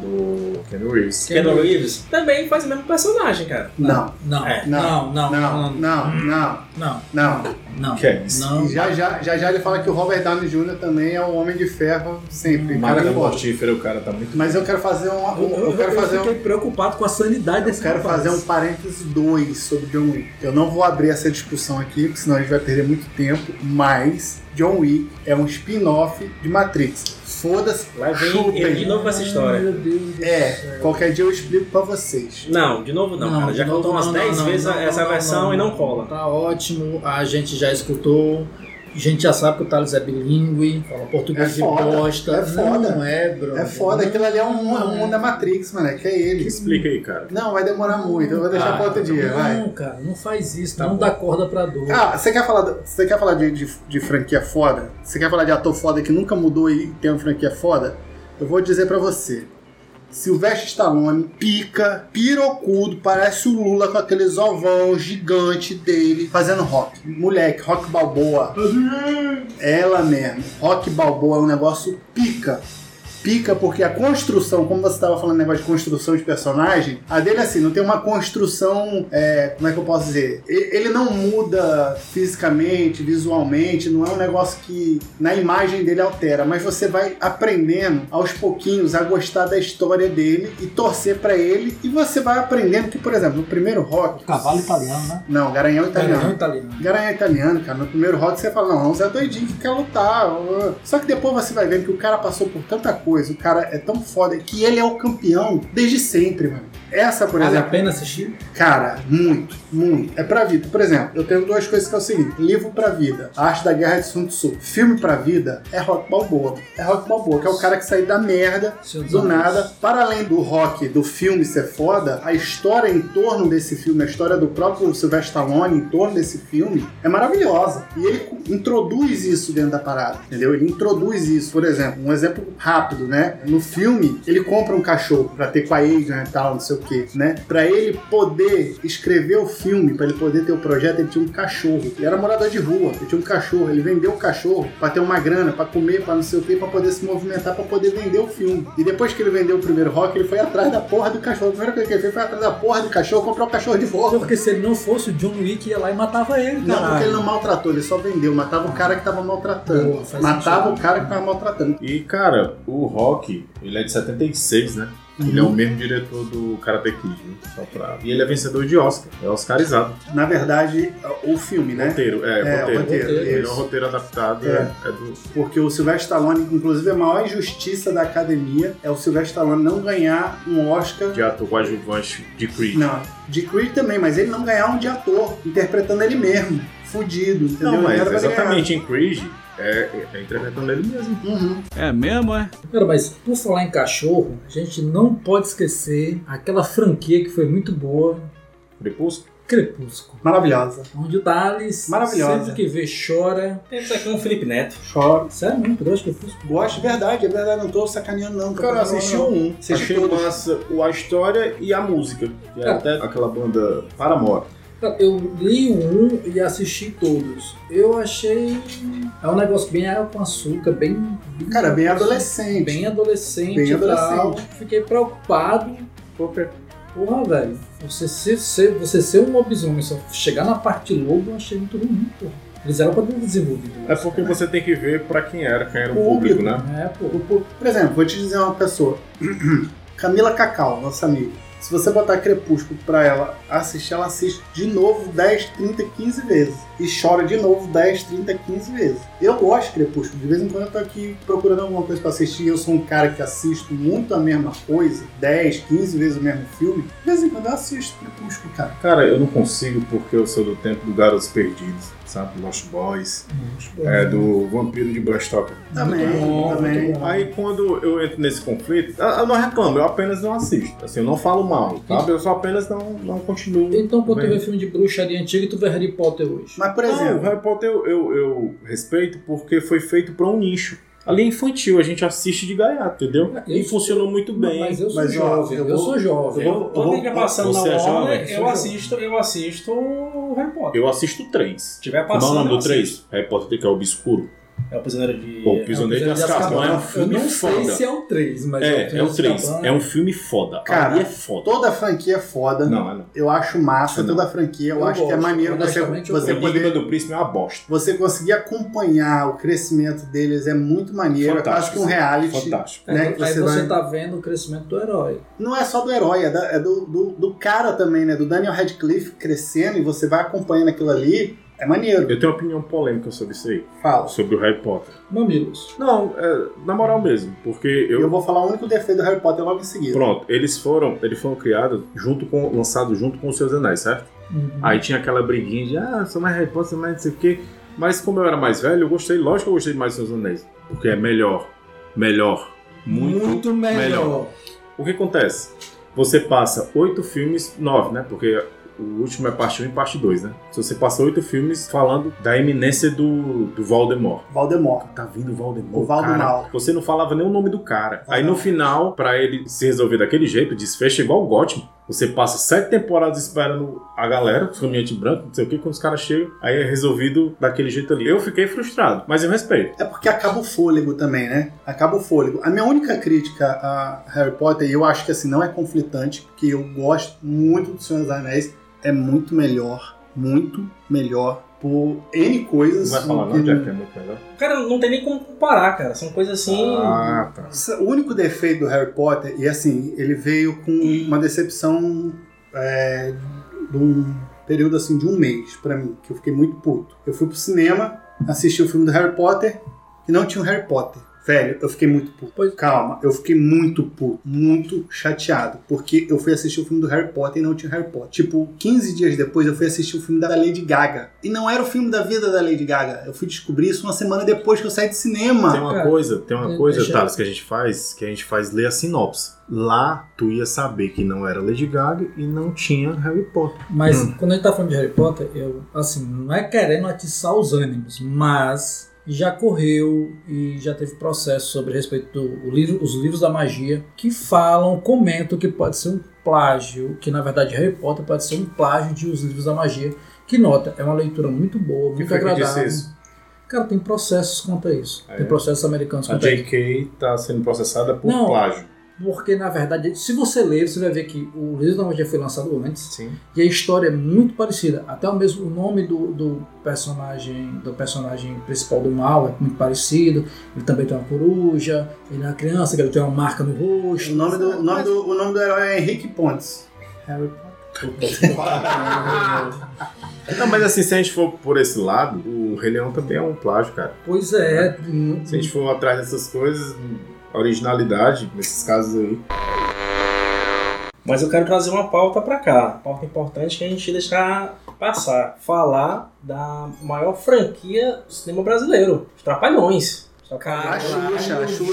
Speaker 8: do
Speaker 9: Keanu Reeves.
Speaker 8: Keanu Reeves, também faz o mesmo personagem, cara.
Speaker 6: Não.
Speaker 7: Não,
Speaker 8: É.
Speaker 7: não, não,
Speaker 6: Não,
Speaker 7: não,
Speaker 6: não, não,
Speaker 7: não,
Speaker 6: não.
Speaker 7: não.
Speaker 9: Que é isso?
Speaker 6: E
Speaker 7: não.
Speaker 6: já, já, já já ele fala que o Robert Downey Jr. também é um homem de ferro sempre.
Speaker 9: O
Speaker 6: cara é
Speaker 9: Máquina
Speaker 6: forte.
Speaker 9: Mortífera, é o cara tá muito.
Speaker 6: Mas eu quero fazer um.
Speaker 7: é Eu,
Speaker 6: um-
Speaker 7: eu-
Speaker 6: Eu, quero
Speaker 7: eu
Speaker 6: fazer
Speaker 7: fiquei
Speaker 6: um.
Speaker 7: preocupado com a sanidade
Speaker 6: Eu
Speaker 7: desse
Speaker 6: quero
Speaker 7: rapaz.
Speaker 6: fazer um parênteses 2 sobre John Wick. Eu não vou abrir essa discussão aqui, porque senão a gente vai perder muito tempo, mas John Wick é um spin-off de Matrix. Foda-se,
Speaker 8: Lá vem ele de
Speaker 6: chupem.
Speaker 8: novo com essa história.
Speaker 7: Meu Deus.
Speaker 6: É, qualquer dia eu explico pra vocês.
Speaker 8: Não, de novo não, cara. Já
Speaker 7: de novo
Speaker 8: contou umas
Speaker 7: não,
Speaker 8: 10
Speaker 7: não,
Speaker 8: vezes
Speaker 7: não,
Speaker 8: essa
Speaker 7: não,
Speaker 8: versão
Speaker 7: não,
Speaker 8: e não
Speaker 7: não.
Speaker 8: cola.
Speaker 7: Tá ótimo, a gente já escutou. A gente já sabe que o Thales é bilíngue, fala português
Speaker 6: É
Speaker 7: de
Speaker 6: foda,
Speaker 7: bosta.
Speaker 6: é foda.
Speaker 7: Não é, bro.
Speaker 6: É foda, aquilo ali é um, é um da Matrix, mano, que é ele.
Speaker 9: Explica aí, cara.
Speaker 6: Não, vai demorar muito, eu vou deixar
Speaker 7: Ah,
Speaker 6: pra outro dia,
Speaker 7: não,
Speaker 6: vai.
Speaker 7: cara, não faz isso.
Speaker 9: Tá
Speaker 7: não
Speaker 9: bom.
Speaker 7: dá corda pra dor.
Speaker 6: Ah, você quer falar, do- você quer falar de, de- de franquia foda? Você quer falar de ator foda que nunca mudou e tem uma franquia foda? Eu vou dizer pra você. Silvestre Stallone pica, pirocudo, parece o Lula com aquele ovão gigante dele fazendo rock. Moleque, rock balboa. Ela mesmo. Rock balboa é um negócio pica. Pica porque a construção, como você estava falando negócio de construção de personagem, a dele é assim, não tem uma construção como é que eu posso dizer? E- Ele não muda fisicamente, visualmente, não é um negócio que na imagem dele altera, mas você vai aprendendo aos pouquinhos a gostar da história dele e torcer pra ele, e você vai aprendendo que, por exemplo, no primeiro rock.
Speaker 7: Cavalo italiano, né?
Speaker 6: Não, Garanhão
Speaker 7: Italiano,
Speaker 6: italiano.
Speaker 7: italiano.
Speaker 6: Garanhão é italiano, cara. No primeiro rock você fala, não, o Zé doidinho que quer lutar. Só que depois você vai vendo que o cara passou por tanta coisa, o cara é tão foda que ele é o campeão desde sempre, mano. Essa, por
Speaker 7: Vale
Speaker 6: exemplo.
Speaker 7: a pena assistir?
Speaker 6: Cara, muito, muito. É pra vida. Por exemplo, eu tenho duas coisas que é o seguinte: livro pra vida, a arte da guerra de Sun Tzu. Filme pra vida é rock balboa. É rock balboa, que é o cara que saiu da merda
Speaker 7: Senhor dos
Speaker 6: do
Speaker 7: Anéis.
Speaker 6: nada. Para além do rock do filme ser foda, a história em torno desse filme, a história do próprio Sylvester Stallone em torno desse filme, é maravilhosa. E ele co- introduz isso dentro da parada, entendeu? Ele introduz isso. Por exemplo, um exemplo rápido, né? No filme, ele compra um cachorro pra ter com a Adrian e tal, não sei o que, né? Pra ele poder escrever o filme, pra ele poder ter o projeto, ele tinha um cachorro. Ele era morador de rua, ele tinha um cachorro. Ele vendeu o cachorro pra ter uma grana, pra comer, pra não sei o que, pra poder se movimentar, pra poder vender o filme. E depois que ele vendeu o primeiro rock, ele foi atrás da porra do cachorro. A primeira coisa que ele fez foi atrás da porra do cachorro, comprar o cachorro de volta.
Speaker 7: Porque se ele não fosse, o John Wick ia lá e matava ele,
Speaker 6: Não, porque ele
Speaker 7: caralho.
Speaker 6: não maltratou, ele só vendeu. Matava o cara que tava maltratando.
Speaker 7: Boa, faz
Speaker 6: Matava
Speaker 7: sentido.
Speaker 6: o cara que tava maltratando.
Speaker 9: E, cara, o Rock, ele é de 76, né? Ele é
Speaker 6: Uhum.
Speaker 9: o mesmo diretor do Karate Kid, né? Só pra... E ele é vencedor de Oscar, é oscarizado.
Speaker 6: Na verdade, o filme, né?
Speaker 9: Roteiro, é,
Speaker 6: É,
Speaker 9: roteiro.
Speaker 6: roteiro,
Speaker 9: O melhor
Speaker 6: isso.
Speaker 9: roteiro adaptado
Speaker 6: É.
Speaker 9: é, é do.
Speaker 6: Porque o Sylvester Stallone, inclusive, é a maior injustiça da academia é o Sylvester Stallone não ganhar um Oscar.
Speaker 9: De ator coadjuvante de Creed.
Speaker 6: Não, de Creed também, mas ele não ganhar um de ator, interpretando ele mesmo. Fudido, entendeu?
Speaker 9: Não,
Speaker 6: Ele
Speaker 9: mas
Speaker 6: era pra ter
Speaker 9: exatamente em Creed é, é interpretando ele mesmo.
Speaker 6: ganhado. Uhum.
Speaker 7: Cara, mas por falar em cachorro, a gente não pode esquecer aquela franquia que foi muito boa,
Speaker 9: Crepúsculo.
Speaker 7: Crepúsculo.
Speaker 6: Maravilhosa.
Speaker 7: Onde o Thales,
Speaker 6: Maravilhosa.
Speaker 7: sempre que vê, chora.
Speaker 8: Temos aqui um Felipe Neto.
Speaker 6: Choro.
Speaker 7: Sério mesmo, tu gosta de Crepúsculo?
Speaker 6: Gosto, verdade, é verdade, não tô sacaneando, não.
Speaker 9: Cara, eu assisti
Speaker 6: um.
Speaker 9: um,
Speaker 6: Assisti
Speaker 9: achei
Speaker 6: todos.
Speaker 9: massa o- a história e a música. E
Speaker 7: É.
Speaker 9: até aquela banda Paramore.
Speaker 7: Cara, Eu li o um e assisti todos. Eu achei... É um negócio bem água com açúcar, bem... bem-
Speaker 6: Cara, bem adolescente.
Speaker 7: Bem adolescente
Speaker 6: Bem
Speaker 7: e tal.
Speaker 6: adolescente.
Speaker 7: Fiquei preocupado. Porque, porra, velho, você ser, ser- você ser um lobisomem, só chegar na parte de lobo, eu achei muito ruim, porra. Eles eram pra ter desenvolvido.
Speaker 9: É
Speaker 7: isso,
Speaker 9: porque
Speaker 7: cara.
Speaker 9: você tem que ver pra quem era, quem era o
Speaker 6: Público.
Speaker 9: público, né?
Speaker 7: É, pô.
Speaker 6: Por exemplo, vou te dizer uma pessoa. Camila Cacau, nossa amiga. Se você botar Crepúsculo pra ela assistir, ela assiste de novo 10, 30, 15 vezes. E chora de novo 10, 30, 15 vezes. Eu gosto de Crepúsculo. De vez em quando eu tô aqui procurando alguma coisa pra assistir. Eu sou um cara que assisto muito a mesma coisa, 10, 15 vezes o mesmo filme. De vez em quando eu assisto Crepúsculo, cara.
Speaker 9: Cara, eu não consigo porque eu sou do tempo do Garotos Perdidos, sabe? Lost Boys,
Speaker 7: Uhum.
Speaker 9: é, do Vampiro de Bram Stoker.
Speaker 6: Também,
Speaker 7: Tá bom,
Speaker 6: também.
Speaker 7: muito bom.
Speaker 9: Aí quando eu entro nesse conflito, eu eu não reclamo, eu apenas não assisto. Assim, eu não falo mal, sabe? Eu só apenas não, não continuo.
Speaker 7: Então, quando tu
Speaker 9: vendo.
Speaker 7: vê filme de bruxaria antiga, tu vê Harry Potter hoje.
Speaker 6: Mas, por
Speaker 9: Não, o
Speaker 6: exemplo,
Speaker 9: Harry Potter eu, eu, eu respeito porque foi feito pra um nicho. Ali é infantil, a gente assiste de gaiato, entendeu? E
Speaker 7: Isso.
Speaker 9: funcionou muito bem.
Speaker 7: Mas eu sou
Speaker 6: Mas, ó,
Speaker 7: jovem,
Speaker 6: eu
Speaker 7: eu,
Speaker 6: vou-
Speaker 7: sou jovem.
Speaker 8: Eu, toda vez que passando na
Speaker 9: você é jovem?
Speaker 8: Warner,
Speaker 7: Você é
Speaker 8: eu
Speaker 7: jovem.
Speaker 8: assisto, eu assisto o Harry Potter.
Speaker 9: Eu assisto três.
Speaker 8: Se tiver
Speaker 9: Como é
Speaker 8: passando.
Speaker 9: o nome
Speaker 8: eu
Speaker 9: do
Speaker 8: assisto.
Speaker 9: três? Harry Potter que é obscuro.
Speaker 8: É o Prisioneiro de.
Speaker 9: Pô, o Prisioneiro de
Speaker 7: Eu já
Speaker 9: Azkaban é um
Speaker 7: acabava- Eu
Speaker 9: filme
Speaker 7: não sei
Speaker 9: foda.
Speaker 7: se é o 3, mas
Speaker 9: É, é o 3.
Speaker 7: Azkaban.
Speaker 9: É um filme foda.
Speaker 6: Cara,
Speaker 9: Ali é foda.
Speaker 6: toda franquia é foda.
Speaker 9: Não, é não.
Speaker 6: Eu acho massa
Speaker 9: Eu não.
Speaker 6: toda a franquia. Eu,
Speaker 7: Eu
Speaker 6: acho que é
Speaker 7: gosto.
Speaker 6: maneiro você,
Speaker 7: Honestamente, eu
Speaker 6: você
Speaker 9: o
Speaker 7: gosto.
Speaker 6: poder
Speaker 9: Enigma do Príncipe é uma bosta.
Speaker 6: Você conseguir acompanhar o crescimento deles é muito maneiro. É quase que um reality.
Speaker 9: Fantástico.
Speaker 6: né,
Speaker 7: Aí
Speaker 6: que
Speaker 7: você,
Speaker 6: você vai-
Speaker 7: tá vendo o crescimento do herói.
Speaker 6: Não é só do herói, é, da- é do, do- do cara também, né? Do Daniel Radcliffe crescendo e você vai acompanhando aquilo ali. É maneiro.
Speaker 9: Eu tenho uma opinião polêmica sobre isso aí.
Speaker 6: Fala.
Speaker 9: Sobre o Harry Potter.
Speaker 7: Mamilos.
Speaker 9: Não, é, na moral mesmo. Porque
Speaker 6: Eu...
Speaker 9: eu...
Speaker 6: vou falar o único defeito do Harry Potter logo em seguida.
Speaker 9: Pronto, eles foram, eles foram criados junto com, lançados junto com os seus anéis, certo?
Speaker 7: Uhum.
Speaker 9: Aí tinha aquela briguinha de, ah, sou mais Harry Potter, sou mais não sei o quê. Mas como eu era mais velho, eu gostei, lógico que eu gostei mais dos seus anéis. Porque é melhor, melhor, muito, melhor. O que acontece? Você passa oito filmes, nove, né? Porque o último é parte 1 e parte 2, né? Se você passa oito filmes falando da eminência do, do Voldemort.
Speaker 6: Valdemar.
Speaker 9: Tá vindo o Valdemar.
Speaker 6: O Valdemar.
Speaker 9: cara. Você não falava nem o nome do cara.
Speaker 6: Ah.
Speaker 9: Aí no final, pra ele se resolver daquele jeito, desfecha igual o Gotham. Você passa sete temporadas esperando a galera, os caminhantes brancos, não sei o que, quando os caras chegam, aí é resolvido daquele jeito ali. Eu fiquei frustrado, mas eu respeito.
Speaker 6: É porque acaba o fôlego também, né? Acaba o fôlego. A minha única crítica a Harry Potter, e eu acho que assim, não é conflitante, porque eu gosto muito do Senhor dos Anéis, é muito melhor, muito melhor por N coisas.
Speaker 9: Não vai falar não,
Speaker 6: Porque
Speaker 9: Jack, que é muito melhor.
Speaker 8: Cara, não tem nem como comparar, cara. São coisas assim.
Speaker 9: Ah, tá.
Speaker 6: O único defeito do Harry Potter, e assim, ele veio com uma decepção é, de um período assim de um mês pra mim, que eu fiquei muito puto. Eu fui pro cinema, assisti o filme do Harry Potter e não tinha o Harry Potter. Velho, eu fiquei muito puto.
Speaker 7: Pois-
Speaker 6: Calma, eu fiquei muito puto, muito chateado, porque eu fui assistir o filme do Harry Potter e não tinha o Harry Potter. Tipo, 15 dias depois eu fui assistir o filme da Lady Gaga. E não era o filme da vida da Lady Gaga. Eu fui descobrir isso uma semana depois que eu saí de cinema.
Speaker 9: Tem uma
Speaker 7: cara.
Speaker 9: coisa, tem uma
Speaker 7: De-
Speaker 9: coisa,
Speaker 7: deixa-
Speaker 9: Thales, que a gente faz, que a gente faz ler a sinopse. Lá tu ia saber que não era Lady Gaga e não tinha Harry Potter.
Speaker 7: Mas quando a gente tá falando de Harry Potter, eu, assim, não é querendo atiçar os ânimos, mas já correu e já teve processo sobre respeito do o livro, os livros da magia que falam, comentam que pode ser um plágio, que na verdade Harry Potter pode ser um plágio de os livros da magia. Que nota, é uma leitura muito boa, muito
Speaker 9: foi que disse
Speaker 7: agradável.
Speaker 9: isso?
Speaker 7: Cara, tem processos quanto a isso.
Speaker 9: Ah, é?
Speaker 7: Tem processos americanos
Speaker 9: A
Speaker 7: quanto a isso.
Speaker 9: J.K. tá sendo processada por
Speaker 7: Não.
Speaker 9: plágio.
Speaker 7: Porque, na verdade, se você ler, você vai ver que o Livro da Magia foi lançado antes. E a história é muito parecida. Até o mesmo o nome do, do personagem do personagem principal do mal é muito parecido. Ele também tem uma coruja, ele é uma criança, que ele tem uma marca no rosto.
Speaker 6: O nome do, o nome do, o nome do herói é Henrique Pontes.
Speaker 7: Harry Potter.
Speaker 9: Não, mas assim, se a gente for por esse lado, o Rei Leão também é um plágio, cara.
Speaker 7: Pois é.
Speaker 9: Se a gente for atrás dessas coisas, originalidade, nesses casos aí.
Speaker 8: Mas eu quero trazer uma pauta pra cá, pauta importante que a gente deixar passar. Falar da maior franquia do cinema brasileiro, os Trapalhões. Os
Speaker 7: Ah,
Speaker 6: A
Speaker 8: Trapalhões.
Speaker 6: Xuxa, a Xuxa,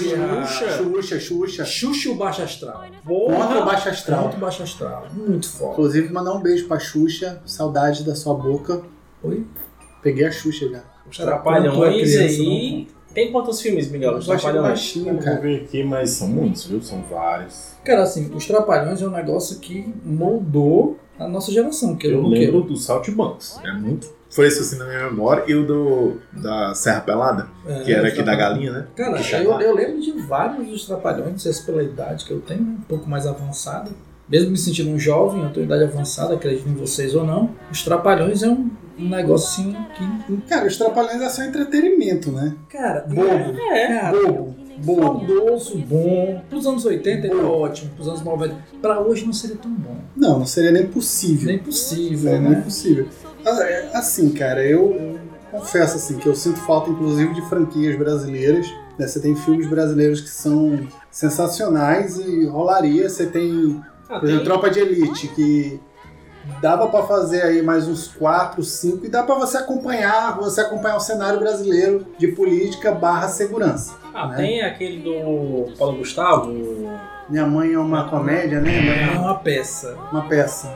Speaker 8: Xuxa.
Speaker 6: Xuxa, Xuxa.
Speaker 7: Xuxa o Baixo Astral.
Speaker 6: Contra o
Speaker 8: Porra!
Speaker 6: Baixo Astral.
Speaker 7: Muito Baixo Astral. Muito foda.
Speaker 6: Inclusive, mandar um beijo pra Xuxa. Saudade da sua boca.
Speaker 7: Oi?
Speaker 6: Peguei a Xuxa já.
Speaker 8: Os
Speaker 7: Quanto é
Speaker 8: Trapalhões
Speaker 7: criança,
Speaker 8: aí. Tem quantos filmes, Miguel? Os
Speaker 6: Eu achei
Speaker 8: Trapalhões.
Speaker 6: baixinho,
Speaker 9: Eu
Speaker 6: cara.
Speaker 9: vou ver aqui, mas são muitos, viu? São vários.
Speaker 7: Cara, assim, os Trapalhões é um negócio que moldou a nossa geração, que eu,
Speaker 9: Eu
Speaker 7: não quero.
Speaker 9: lembro do Saltibanks. É muito fresco assim na minha memória. E o do da Serra Pelada,
Speaker 7: É,
Speaker 9: que era aqui da galinha, né?
Speaker 7: Cara,
Speaker 9: Que
Speaker 7: eu,
Speaker 9: chamava.
Speaker 7: eu lembro de vários dos Trapalhões, não sei se pela idade que eu tenho, um pouco mais avançada. Mesmo me sentindo um jovem, eu tenho idade avançada, acredito em vocês ou não. Os Trapalhões é um, um negocinho que. um,
Speaker 6: Cara, os Trapalhões é só entretenimento, né?
Speaker 7: Cara,
Speaker 6: Bobo.
Speaker 8: É.
Speaker 7: cara,
Speaker 6: Bobo. Bobo.
Speaker 7: saudoso, bom. Pros anos 80 ele é ótimo, pros anos 90. Pra hoje não seria tão bom.
Speaker 6: Não, não seria nem possível.
Speaker 7: Nem possível,
Speaker 6: É, não é
Speaker 7: né?
Speaker 6: possível. Mas, é, Assim, cara, eu eu confesso assim que eu sinto falta, inclusive, de franquias brasileiras. né? Você tem filmes brasileiros que são sensacionais e rolaria. Você tem,
Speaker 8: Ah,
Speaker 6: por exemplo,
Speaker 8: tem-
Speaker 6: Tropa de Elite, que dava pra fazer aí mais uns 4, 5, e dá pra você acompanhar, você acompanhar o cenário brasileiro de política barra segurança.
Speaker 8: ah,
Speaker 6: né?
Speaker 8: tem aquele do Paulo Gustavo.
Speaker 6: Minha mãe é uma comédia, né?
Speaker 7: É uma peça.
Speaker 6: Uma peça.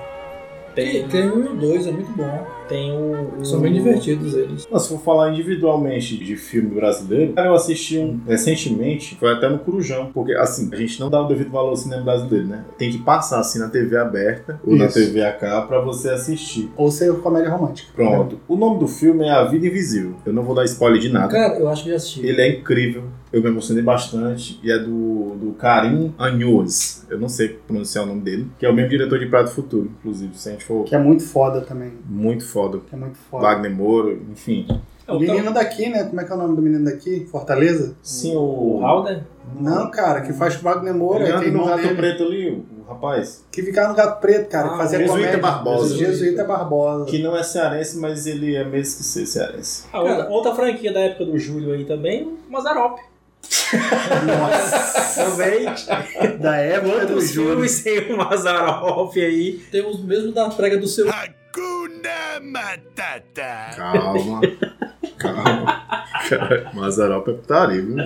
Speaker 8: Tem,
Speaker 7: Tem um e o dois, é muito bom.
Speaker 8: tem o, o.
Speaker 7: São bem divertidos eles.
Speaker 9: Não, se for falar individualmente de filme brasileiro, cara, eu assisti um recentemente, foi até no Corujão, porque assim, a gente não dá o devido valor ao cinema brasileiro, né? Tem que passar assim na TV aberta ou na
Speaker 6: Isso.
Speaker 9: TV a cabo pra você assistir.
Speaker 6: Ou ser comédia romântica.
Speaker 9: Pronto. O nome do filme é A Vida Invisível. Eu não vou dar spoiler de nada.
Speaker 7: Cara, eu acho que já assisti.
Speaker 9: Ele é incrível, eu me emocionei bastante e é do, do Karim Anhoz. Eu não sei pronunciar o nome dele, que é o mesmo diretor de Prato Futuro, inclusive, se a gente for
Speaker 6: Que é muito foda também.
Speaker 9: muito foda.
Speaker 6: Que é muito foda.
Speaker 9: Wagner Moura, enfim.
Speaker 8: É
Speaker 6: O
Speaker 8: o
Speaker 6: menino daqui, né? Como é que é o nome do menino daqui? Fortaleza?
Speaker 9: Sim,
Speaker 8: O Halder?
Speaker 6: Não, cara, que faz com o Wagner Moura,
Speaker 9: Ele
Speaker 6: que é
Speaker 9: anda
Speaker 6: irmão
Speaker 9: no gato
Speaker 6: dele,
Speaker 9: preto ali, o, o rapaz.
Speaker 6: que ficava no Gato Preto, cara, que
Speaker 8: Ah,
Speaker 6: fazia
Speaker 9: Jesuíta
Speaker 6: comédia.
Speaker 9: Barbosa.
Speaker 6: Jesuíta Barbosa.
Speaker 9: Que não é cearense, mas ele é mesmo que ser cearense.
Speaker 8: Ah, outra, outra franquia da época do Júlio aí também, o Mazarop.
Speaker 6: Nossa,
Speaker 8: Também.
Speaker 6: da época do
Speaker 8: Quantos
Speaker 6: jogo.
Speaker 8: filmes sem o Mazarop aí?
Speaker 7: Tem os mesmos da prega do seu.
Speaker 9: Calma. Calma. Cara, Mazarop é putaria, viu?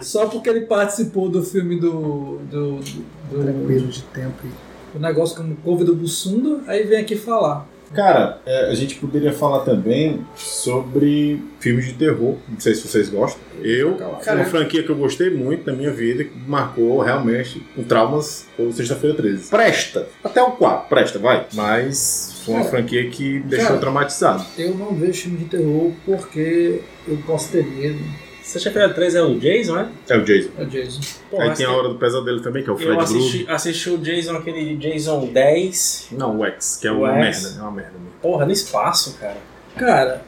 Speaker 7: Só porque ele participou do filme do. do. do,
Speaker 6: Tranquilo de tempo.
Speaker 7: do negócio como Couve do Bussunda, aí vem aqui falar.
Speaker 9: Cara, é, a gente poderia falar também sobre filmes de terror. Não sei se vocês gostam. Eu, cara, uma franquia que eu gostei muito na minha vida, que marcou realmente com traumas, foi o Sexta-feira 13. Presta! Até o 4, presta, vai. É. Mas foi uma
Speaker 7: Cara,
Speaker 9: franquia que me deixou
Speaker 7: cara.
Speaker 9: traumatizado.
Speaker 7: Eu não vejo filme de terror porque eu posso ter medo.
Speaker 8: Sexta-feira 3 é o Jason, né?
Speaker 9: É o Jason.
Speaker 7: É o Jason.
Speaker 8: Pô,
Speaker 9: Aí
Speaker 8: assisti-
Speaker 9: tem a Hora do Pesadelo também, que é o Fred
Speaker 8: eu
Speaker 9: Krueger.
Speaker 8: assisti, assisti o Jason, aquele Jason 10.
Speaker 9: Não, o X, que é
Speaker 8: O
Speaker 9: uma
Speaker 8: X.
Speaker 9: merda. É uma merda mesmo.
Speaker 8: Porra, no espaço, cara.
Speaker 7: Cara,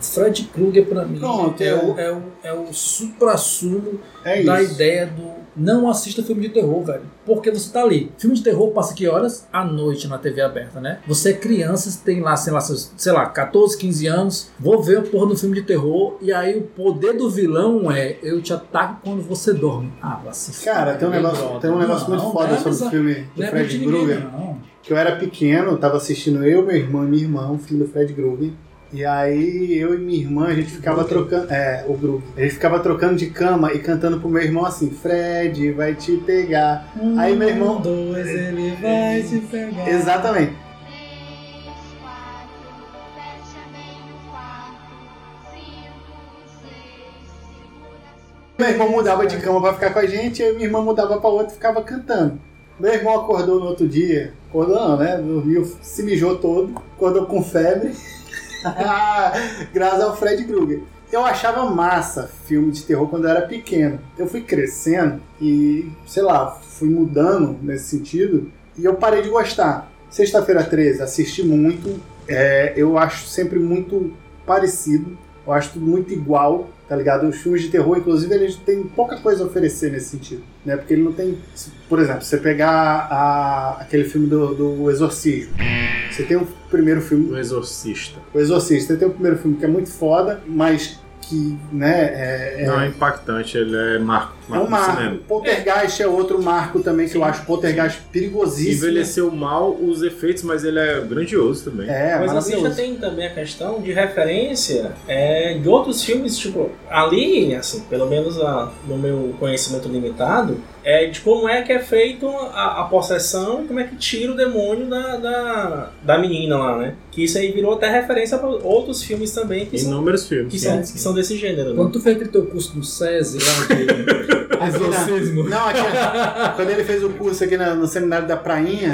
Speaker 7: Fred Krueger pra mim
Speaker 6: Pronto,
Speaker 7: é,
Speaker 6: é.
Speaker 7: o, é, o, é o supra-sumo
Speaker 6: É
Speaker 7: da
Speaker 6: isso.
Speaker 7: ideia do. Não assista filme de terror, velho. Porque você tá ali. Filme de terror passa que horas? À noite na TV aberta, né? Você é criança, tem lá, sei lá, seus, sei lá, 14, 15 anos. Vou ver a porra do filme de terror. E aí o poder do vilão é eu te ataco quando você dorme. Ah, vai se
Speaker 6: Cara, tem um
Speaker 7: fuder,
Speaker 6: negócio,
Speaker 7: brother.
Speaker 6: tem um negócio
Speaker 7: Não,
Speaker 6: muito foda
Speaker 7: não é
Speaker 6: sobre o
Speaker 7: bizarro.
Speaker 6: filme do
Speaker 7: Não é
Speaker 6: Fred
Speaker 7: de ninguém,
Speaker 6: Krueger.
Speaker 7: não.
Speaker 6: que eu era pequeno, tava assistindo eu, meu irmão e minha irmã, o filho do Fred Krueger. E aí eu e minha irmã, a gente ficava trocando. É, o grupo. A gente ficava trocando de cama e cantando pro meu irmão assim, Fred vai te pegar. Aí meu irmão-
Speaker 7: Um, dois, ele vai te pegar.
Speaker 6: Exatamente. Meu irmão mudava de cama pra ficar com a gente, aí minha irmã mudava pra outra e ficava cantando. Meu irmão acordou no outro dia, acordou não, né? Dormiu, se mijou todo, acordou com febre. Graças ao Fred Krueger. eu achava massa filme de terror quando eu era pequeno. Eu fui crescendo e, sei lá, fui mudando nesse sentido e eu parei de gostar. Sexta-feira 13, assisti muito. é, eu acho sempre muito parecido. Eu acho tudo muito igual, tá ligado? Os filmes de terror, inclusive, eles têm pouca coisa a oferecer nesse sentido, né? Porque ele não tem... Por exemplo, você pegar a- aquele filme do, do Exorcismo. Você tem o primeiro filme...
Speaker 9: O Exorcista.
Speaker 6: O Exorcista tem o primeiro filme que é muito foda, mas que, né, é, é,
Speaker 9: Não é impactante, ele é marco.
Speaker 6: é um
Speaker 9: Marco do
Speaker 6: marco.
Speaker 9: cinema.
Speaker 6: Poltergeist é outro marco também, que eu acho Poltergeist perigosíssimo.
Speaker 9: Envelheceu mal os efeitos, mas ele é grandioso também.
Speaker 6: É,
Speaker 8: Mas assim já
Speaker 6: maravilhoso.
Speaker 8: tem também a questão de referência é, de outros filmes, tipo, ali, assim, pelo menos a- no meu conhecimento limitado, é de como é que é feito a, a possessão e como é que tira o demônio da, da, da menina lá, né? Que isso aí virou até referência para outros filmes também que, são,
Speaker 9: Inúmeros filmes.
Speaker 8: que, são, que são desse gênero, né?
Speaker 7: Quando tu fez aquele teu curso no SESI lá, aquele exorcismo.
Speaker 6: Não, aqui, quando ele fez o curso aqui na- no seminário da Prainha,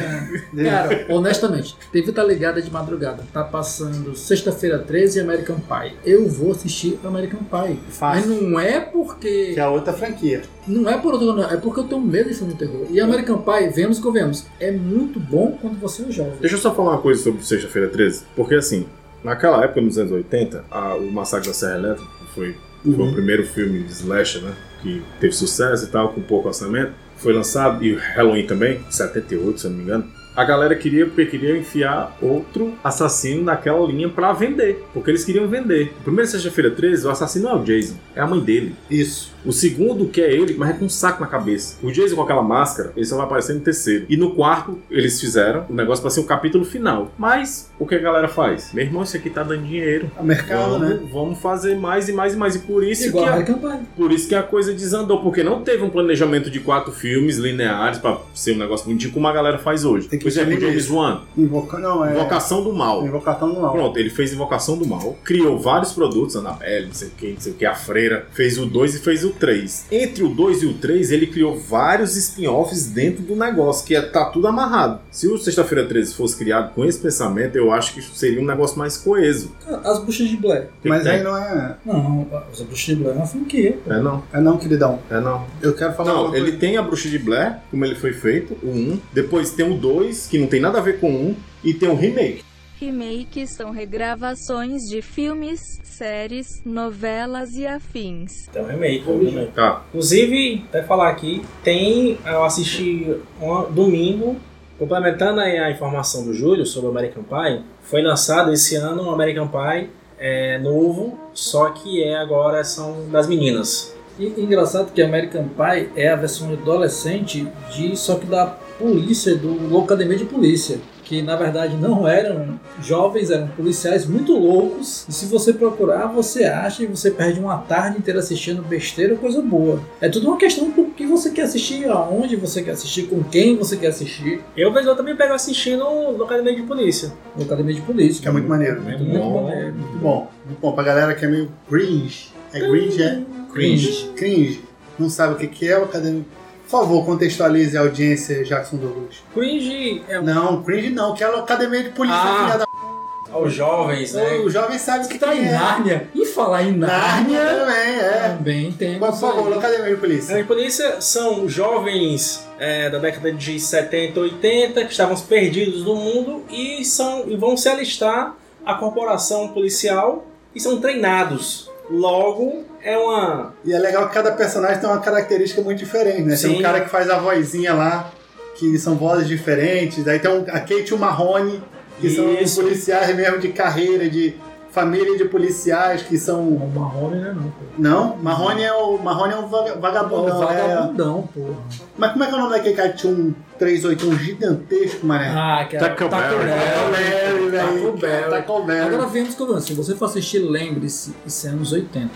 Speaker 6: né, ele-
Speaker 7: Cara, honestamente, TV tá ligada de madrugada. Tá passando sexta-feira 13 e American Pie. Eu vou assistir American Pie. Mas
Speaker 6: fácil,
Speaker 7: não é porque.
Speaker 6: que é outra franquia.
Speaker 7: Não é por outro não, é porque eu tenho medo de filme de terror. E American Pie, vemos e convenhamos, é muito bom quando você é jovem.
Speaker 9: Deixa eu só falar uma coisa sobre Sexta-feira 13, porque assim, naquela época, nos anos 80, a- o Massacre da Serra Elétrica, que foi, foi
Speaker 8: Uhum.
Speaker 6: Uhum.
Speaker 9: o primeiro filme de slasher, né, que teve sucesso e tal, com pouco orçamento, foi lançado, e o Halloween também, 78, se eu não me engano. A galera queria, porque queria enfiar outro assassino naquela linha pra vender, porque eles queriam vender. O primeiro Sexta-feira 13, o assassino não é o Jason, é a mãe dele.
Speaker 6: Isso.
Speaker 9: O segundo, que é ele, mas é com um saco na cabeça. O Jason com aquela máscara, ele só vai aparecer no terceiro. E no quarto, eles fizeram o negócio pra ser o capítulo final. Mas, o que a galera faz? Meu irmão, isso aqui tá dando dinheiro.
Speaker 6: O mercado,
Speaker 9: Vamos,
Speaker 6: né?
Speaker 9: vamos fazer mais e mais e mais. E por isso,
Speaker 7: Igual
Speaker 9: que a,
Speaker 7: American Pie.
Speaker 9: por isso que a coisa desandou. Porque não teve um planejamento de quatro filmes lineares pra ser um negócio bonitinho, como a galera faz hoje.
Speaker 6: Tem que
Speaker 9: por exemplo,
Speaker 6: ter
Speaker 9: o James
Speaker 6: isso.
Speaker 9: Wan,
Speaker 6: Invoca... Não, é...
Speaker 9: Vocação do Mal.
Speaker 6: Invocação no mal.
Speaker 9: Pronto, ele fez Invocação do Mal, criou vários produtos, Anabelle, não sei o que, não sei o que, a Freira, fez o 2 e fez o 3. Entre o 2 e o 3, ele criou vários spin-offs dentro do negócio, que é, tá tudo amarrado. Se o Sexta-feira 13 fosse criado com esse pensamento, eu acho que seria um negócio mais coeso.
Speaker 7: As Bruxas de Blair.
Speaker 9: Que
Speaker 6: Mas
Speaker 9: que
Speaker 6: aí não é...
Speaker 7: Não, as Bruxas de Blair é uma franquia.
Speaker 9: tem? É não,
Speaker 6: É não, queridão.
Speaker 9: é não.
Speaker 6: Eu quero falar
Speaker 9: Não,
Speaker 6: uma
Speaker 9: ele tem a Bruxa de Blair, como ele foi feito, o 1. Depois tem o 2, que não tem nada a ver com o 1. E tem o remake.
Speaker 11: Remakes são regravações de filmes, séries, novelas e afins.
Speaker 8: Então é meio, obviamente.
Speaker 9: Tá.
Speaker 8: Inclusive, até falar aqui, tem. Eu assisti um, domingo, complementando aí a informação do Júlio sobre o American Pie, foi lançado esse ano um American Pie é, novo, só que é agora são das meninas.
Speaker 7: E engraçado que American Pie é a versão adolescente de só que da polícia, do Locademia de Polícia. Que na verdade não eram jovens, eram policiais muito loucos. E se você procurar, você acha e você perde uma tarde inteira assistindo besteira, coisa boa. É tudo uma questão do que você quer assistir, aonde você quer assistir, com quem você quer assistir.
Speaker 8: Eu, vez ou outra, também pego assistindo no Academia de Polícia.
Speaker 7: Locademia de Polícia.
Speaker 6: Que é muito maneiro.
Speaker 9: Muito
Speaker 7: Muito
Speaker 9: bom.
Speaker 7: maneiro.
Speaker 6: Muito bom. Muito bom. Pra galera que é meio cringe. É cringe, é? Cringe. Cringe. Não sabe o que que é o acadêmico. Por favor, contextualize a audiência Jackson Douglas.
Speaker 8: Cringe é
Speaker 6: Não, cringe não, que é a academia de polícia,
Speaker 8: Ah,
Speaker 6: filha da
Speaker 8: aos jovens, né?
Speaker 6: p. O jovem sabe o que,
Speaker 7: Tá
Speaker 6: que
Speaker 7: em
Speaker 6: é.
Speaker 7: Nárnia. E falar em
Speaker 6: Nárnia
Speaker 7: Nárnia.
Speaker 6: também, é.
Speaker 7: Também tem.
Speaker 6: Mas, por favor, academia de polícia.
Speaker 8: Academia de Polícia são jovens é, da década de 70 e 80 que estavam perdidos no mundo e, são, e vão se alistar à corporação policial e são treinados. Logo, é uma.
Speaker 6: E é legal que cada personagem tem uma característica muito diferente, né? Tem um
Speaker 8: Sim.
Speaker 6: cara que faz a vozinha lá, que são vozes diferentes. Daí tem um, a Kate e o Marrone, que
Speaker 8: Isso.
Speaker 6: são policiais mesmo de carreira, de família de policiais, que são.
Speaker 7: O Marrone, né? Não, pô.
Speaker 6: Não, Marrone é o Marrone é um vaga-
Speaker 7: O
Speaker 6: vagabundo. É...
Speaker 7: vagabundão, porra.
Speaker 6: Mas como é que é o nome daquele cara que tinha um 381 gigantesco, mané?
Speaker 7: Ah, que era
Speaker 9: Taco
Speaker 7: Taco
Speaker 9: Bell.
Speaker 7: Bell.
Speaker 6: Larry,
Speaker 7: Taco Bell.
Speaker 6: Taco Bell.
Speaker 7: Agora vemos como assim, se você for assistir, lembre-se, isso é anos 80.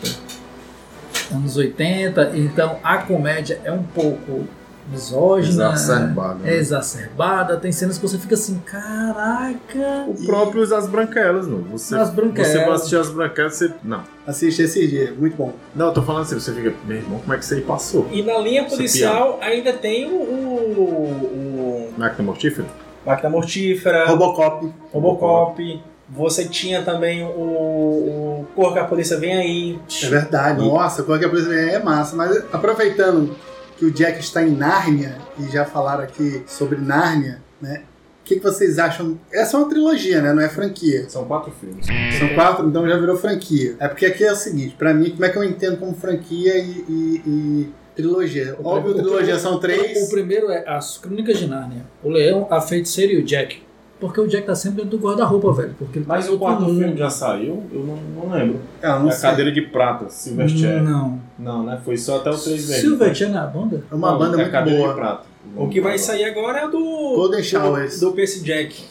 Speaker 7: Anos 80, então a comédia é um pouco misógina,
Speaker 9: Exacerbado, né?
Speaker 7: é exacerbada, tem cenas que você fica assim, caraca.
Speaker 9: O próprio As Branquelas, não. Você,
Speaker 7: As Branquelas.
Speaker 9: você vai assistir As Branquelas, você. Não.
Speaker 6: Assiste esses dias, muito bom.
Speaker 9: Não, eu tô falando assim, você fica, meu irmão, como é que isso aí passou?
Speaker 8: E na linha
Speaker 9: Isso é
Speaker 8: policial ainda tem o. o, o
Speaker 9: Máquina mortífera?
Speaker 8: Máquina Mortífera,
Speaker 6: Robocop.
Speaker 8: Robocop, Você tinha também o, o Corra que a Polícia Vem Aí.
Speaker 6: É verdade,
Speaker 8: E-
Speaker 6: nossa, Corra que a Polícia Vem Aí é massa. Mas aproveitando que o Jack está em Nárnia, e já falaram aqui sobre Nárnia, né? O que, que vocês acham? Essa é uma trilogia, né? Não é franquia.
Speaker 9: São quatro filmes.
Speaker 6: São quatro, então já virou franquia. É porque aqui é o seguinte, pra mim, como é que eu entendo como franquia e, e- e trilogia? Óbvio,
Speaker 7: primeiro-
Speaker 6: trilogia são
Speaker 7: O
Speaker 6: três.
Speaker 7: primeiro é As Crônicas de Nárnia, o Leão, a Feiticeira e o Jack. Porque o Jack tá sempre dentro do guarda-roupa, velho. Porque ele
Speaker 9: Mas o quarto
Speaker 7: Hum,
Speaker 9: filme já saiu? Eu não, Uhum. não lembro.
Speaker 6: Ah, não
Speaker 9: É a
Speaker 6: sei.
Speaker 9: cadeira de prata, Silverchair.
Speaker 7: Não.
Speaker 9: Não, né? Foi só até o 3 vermelho.
Speaker 7: Silverchair na banda?
Speaker 6: É uma
Speaker 9: Não,
Speaker 6: banda
Speaker 9: é a
Speaker 6: muito
Speaker 9: cadeira
Speaker 6: boa.
Speaker 9: de prata.
Speaker 8: O que vai sair agora é o do.
Speaker 6: Golden Showers.
Speaker 8: Do, do Percy Jack.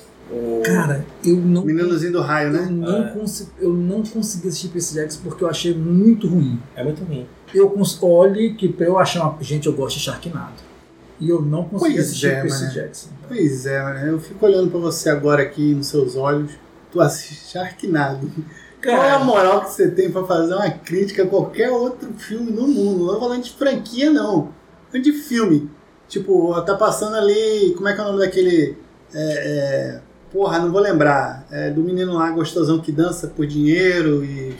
Speaker 7: Cara, eu não.
Speaker 6: Meninozinho do raio,
Speaker 7: Eu
Speaker 6: né?
Speaker 7: não, consi- eu não consegui assistir Percy Jackson porque eu achei muito ruim.
Speaker 8: É muito ruim.
Speaker 7: Eu cons... Olhe que pra eu achar uma. Gente, eu gosto de Sharknado. E eu não consegui
Speaker 6: Pois
Speaker 7: assistir
Speaker 6: é,
Speaker 7: Percy
Speaker 6: mas-
Speaker 7: Jackson.
Speaker 6: Pois é, né? Eu fico olhando pra você agora aqui nos seus olhos. Tu assiste Sharknado. Qual é a moral que você tem pra fazer uma crítica a qualquer outro filme no mundo? Não tô falando de franquia, não. Tô falando de filme. Tipo, tá passando ali. Como é que é o nome daquele. é, é, porra, não vou lembrar. É, do menino lá gostosão que dança por dinheiro e.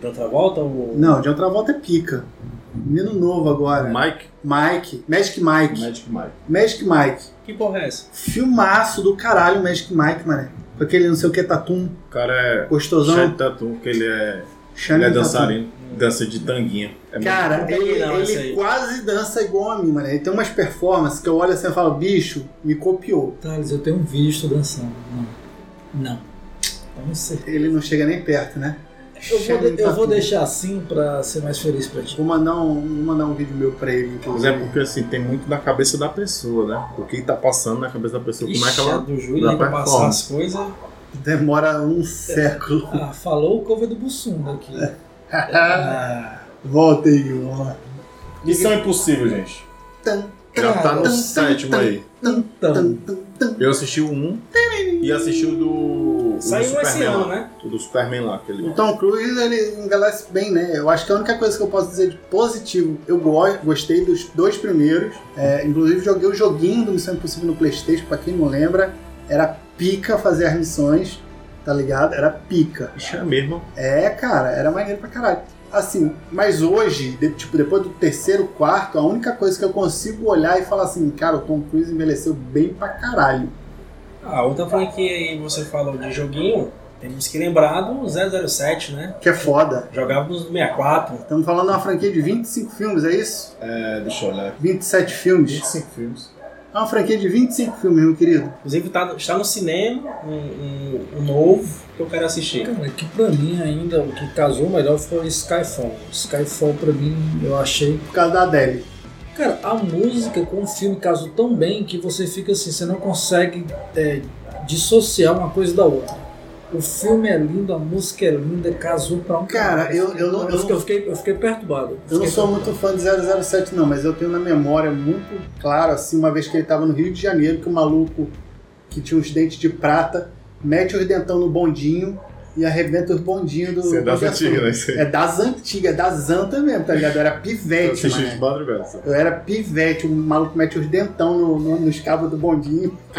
Speaker 8: Da outra volta, o.
Speaker 6: Não, de outra volta é pica. Menino novo agora.
Speaker 9: É Mike?
Speaker 6: Mike. Magic Mike.
Speaker 9: Magic Mike.
Speaker 6: Magic Mike.
Speaker 8: Que porra é essa?
Speaker 6: Filmaço do caralho, Magic Mike, mané. Com aquele não sei o que Tatum,
Speaker 9: O cara é.
Speaker 6: gostosão.
Speaker 9: Shane Tatum, que ele é, ele
Speaker 6: Channing
Speaker 9: é
Speaker 6: Tatum.
Speaker 9: dançarino. Dança de tanguinha. É
Speaker 6: Cara,
Speaker 8: Não
Speaker 6: ele,
Speaker 8: peguei não, essa
Speaker 6: ele
Speaker 8: aí.
Speaker 6: quase dança igual a mim, mano. Ele tem umas performances que eu olho assim e falo, bicho, me copiou.
Speaker 7: Thales, eu tenho um visto dançando. Não. Não. Eu não sei.
Speaker 6: Ele não chega nem perto, né?
Speaker 7: Eu vou,
Speaker 6: Channing
Speaker 7: de- eu vou
Speaker 6: Tatum.
Speaker 7: deixar assim pra ser mais feliz pra ti.
Speaker 6: Vou mandar um, vou mandar um vídeo meu pra ele.
Speaker 9: Mas
Speaker 6: inclusive.
Speaker 9: é porque assim, tem muito da cabeça da pessoa, né? O que tá passando na cabeça da pessoa, como é que
Speaker 8: Ixi, a
Speaker 9: ela.
Speaker 8: do Júlio
Speaker 9: da
Speaker 8: aí pra passar
Speaker 9: performance.
Speaker 8: as coisas.
Speaker 6: Demora um século.
Speaker 7: Ah, falou o cover do Bussunda aqui. Ah,
Speaker 6: Volta aí, ó.
Speaker 9: Missão impossível, gente.
Speaker 6: Tan,
Speaker 9: Já tá no
Speaker 6: tan,
Speaker 9: sétimo
Speaker 6: tan,
Speaker 9: aí.
Speaker 7: então,
Speaker 9: Eu assisti o 1 e assisti o do. o do
Speaker 8: Saiu esse
Speaker 9: Superman
Speaker 8: ano,
Speaker 9: lá.
Speaker 8: né?
Speaker 9: O do Superman lá, aquele.
Speaker 6: O Tom Cruise, ele envelhece bem, né? Eu acho que a única coisa que eu posso dizer de positivo, eu go- gostei dos dois primeiros. É, inclusive, joguei o joguinho do Missão Impossível no PlayStation, pra quem não lembra. Era pica fazer as missões, tá ligado? Era pica.
Speaker 9: Ixi, é mesmo.
Speaker 6: É, cara, era maneiro pra caralho. Assim, mas hoje, de- tipo, depois do terceiro, quarto, a única coisa que eu consigo olhar e falar assim, cara, o Tom Cruise envelheceu bem pra caralho.
Speaker 8: Ah, outra franquia aí você falou de joguinho. Temos que lembrar do 007, né?
Speaker 6: Que é foda.
Speaker 8: Jogava nos 64.
Speaker 6: Estamos falando de uma franquia de 25 filmes, é isso?
Speaker 9: É, deixa eu olhar.
Speaker 6: 27 filmes.
Speaker 9: 25 filmes.
Speaker 6: É uma franquia de 25 filmes, meu querido.
Speaker 8: Inclusive tá, está no cinema um, um- um novo que eu quero assistir.
Speaker 7: cara, que pra mim ainda o que casou melhor foi Skyfall. Skyfall pra mim eu achei.
Speaker 6: Por causa da Adele.
Speaker 7: Cara, a música com o filme casou tão bem que você fica assim, você não consegue é, dissociar uma coisa da outra. O filme é lindo, a música é linda, casou pra um
Speaker 6: Cara, eu- eu não- eu
Speaker 7: eu, fiquei, eu, fiquei, eu fiquei perturbado.
Speaker 6: Eu não
Speaker 7: Fiquei
Speaker 6: sou
Speaker 7: perturbado.
Speaker 6: muito fã de 007, não, mas eu tenho na memória muito claro, assim, uma vez que ele tava no Rio de Janeiro, que o maluco que tinha os dentes de prata mete os dentão no bondinho e arrebenta os bondinhos do.
Speaker 9: Você é
Speaker 6: do
Speaker 9: das
Speaker 6: garçom.
Speaker 9: antigas, né? Você-
Speaker 6: É das antigas, é da Zanta mesmo, tá ligado? Eu era
Speaker 9: Eu
Speaker 6: pivete,
Speaker 9: assisti de
Speaker 6: mano.
Speaker 9: madrugada. assim. sabe?
Speaker 6: Eu era pivete, o maluco mete os dentão no, no, nos cabos do bondinho.
Speaker 8: Ah.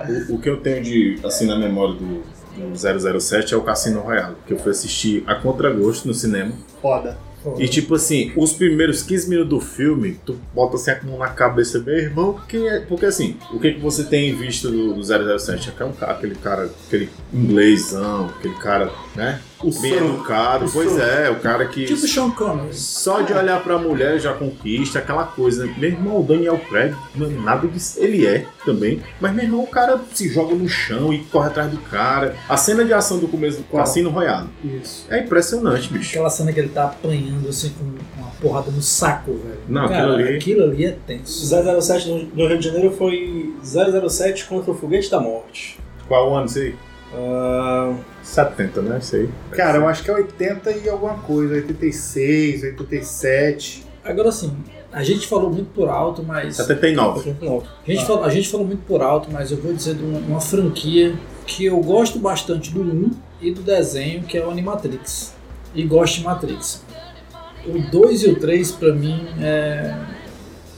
Speaker 9: Cara, o, o que eu tenho de, assim, na memória do, do 007 é o Cassino Royale, que eu fui assistir a contragosto no cinema.
Speaker 6: Foda.
Speaker 9: E tipo assim, os primeiros 15 minutos do filme, tu bota assim a mão na cabeça, meu irmão, quem é? Porque assim, o que, que você tem visto do, do 007? Aquele cara, um aquele cara, aquele inglêsão, aquele cara, né?
Speaker 6: O
Speaker 9: Bem
Speaker 6: soro.
Speaker 9: educado,
Speaker 6: O
Speaker 9: pois
Speaker 6: soro.
Speaker 9: é, o cara que...
Speaker 7: Tipo Sean Connery.
Speaker 9: Só de olhar pra mulher já conquista aquela coisa. né? Meu irmão, o Daniel Craig, não é nada disso. Ele é também. Mas meu irmão, o cara se joga no chão e corre atrás do cara. A cena de ação do começo do Cassino Royale
Speaker 6: Isso.
Speaker 9: é impressionante, bicho.
Speaker 7: Aquela cena que ele tá apanhando assim com uma porrada no saco, velho.
Speaker 9: Não, aquilo
Speaker 7: Cara,
Speaker 9: ali-
Speaker 7: aquilo ali é tenso.
Speaker 8: 007 no, no Rio de Janeiro foi 007 contra o Foguete da Morte.
Speaker 9: Qual ano isso aí?
Speaker 8: Ah,
Speaker 9: 70, né? Isso aí.
Speaker 6: Cara, eu acho que é 80 e alguma coisa, 86, 87.
Speaker 7: Agora assim, a gente falou muito por alto,
Speaker 9: Tá
Speaker 7: mas.
Speaker 9: 79.
Speaker 8: não.
Speaker 7: A gente, falou, a gente falou muito por alto, mas eu vou dizer de uma, uma franquia que eu gosto bastante do 1 e do desenho, que é o Animatrix. E gosto de Matrix. O 2 e o 3, pra mim, é.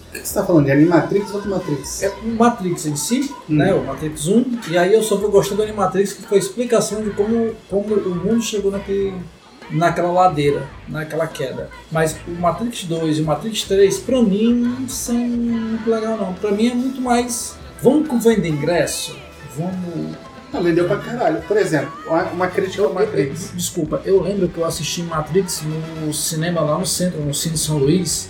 Speaker 6: O que você tá falando? De Animatrix ou de Matrix?
Speaker 7: É o Matrix em si, né? O Matrix 1. E aí eu só fui gostando do Animatrix, que foi a explicação de como, como o mundo chegou naquele, naquela ladeira, naquela queda. Mas o Matrix 2 e o Matrix 3, pra mim, não são muito legal não. Pra mim é muito mais. Vamos vender ingresso? Vamos.
Speaker 6: Não, vendeu pra caralho. Por exemplo, uma, uma crítica ao Matrix.
Speaker 7: Desculpa, eu lembro que eu assisti Matrix no cinema lá no centro, no Cine São Luís,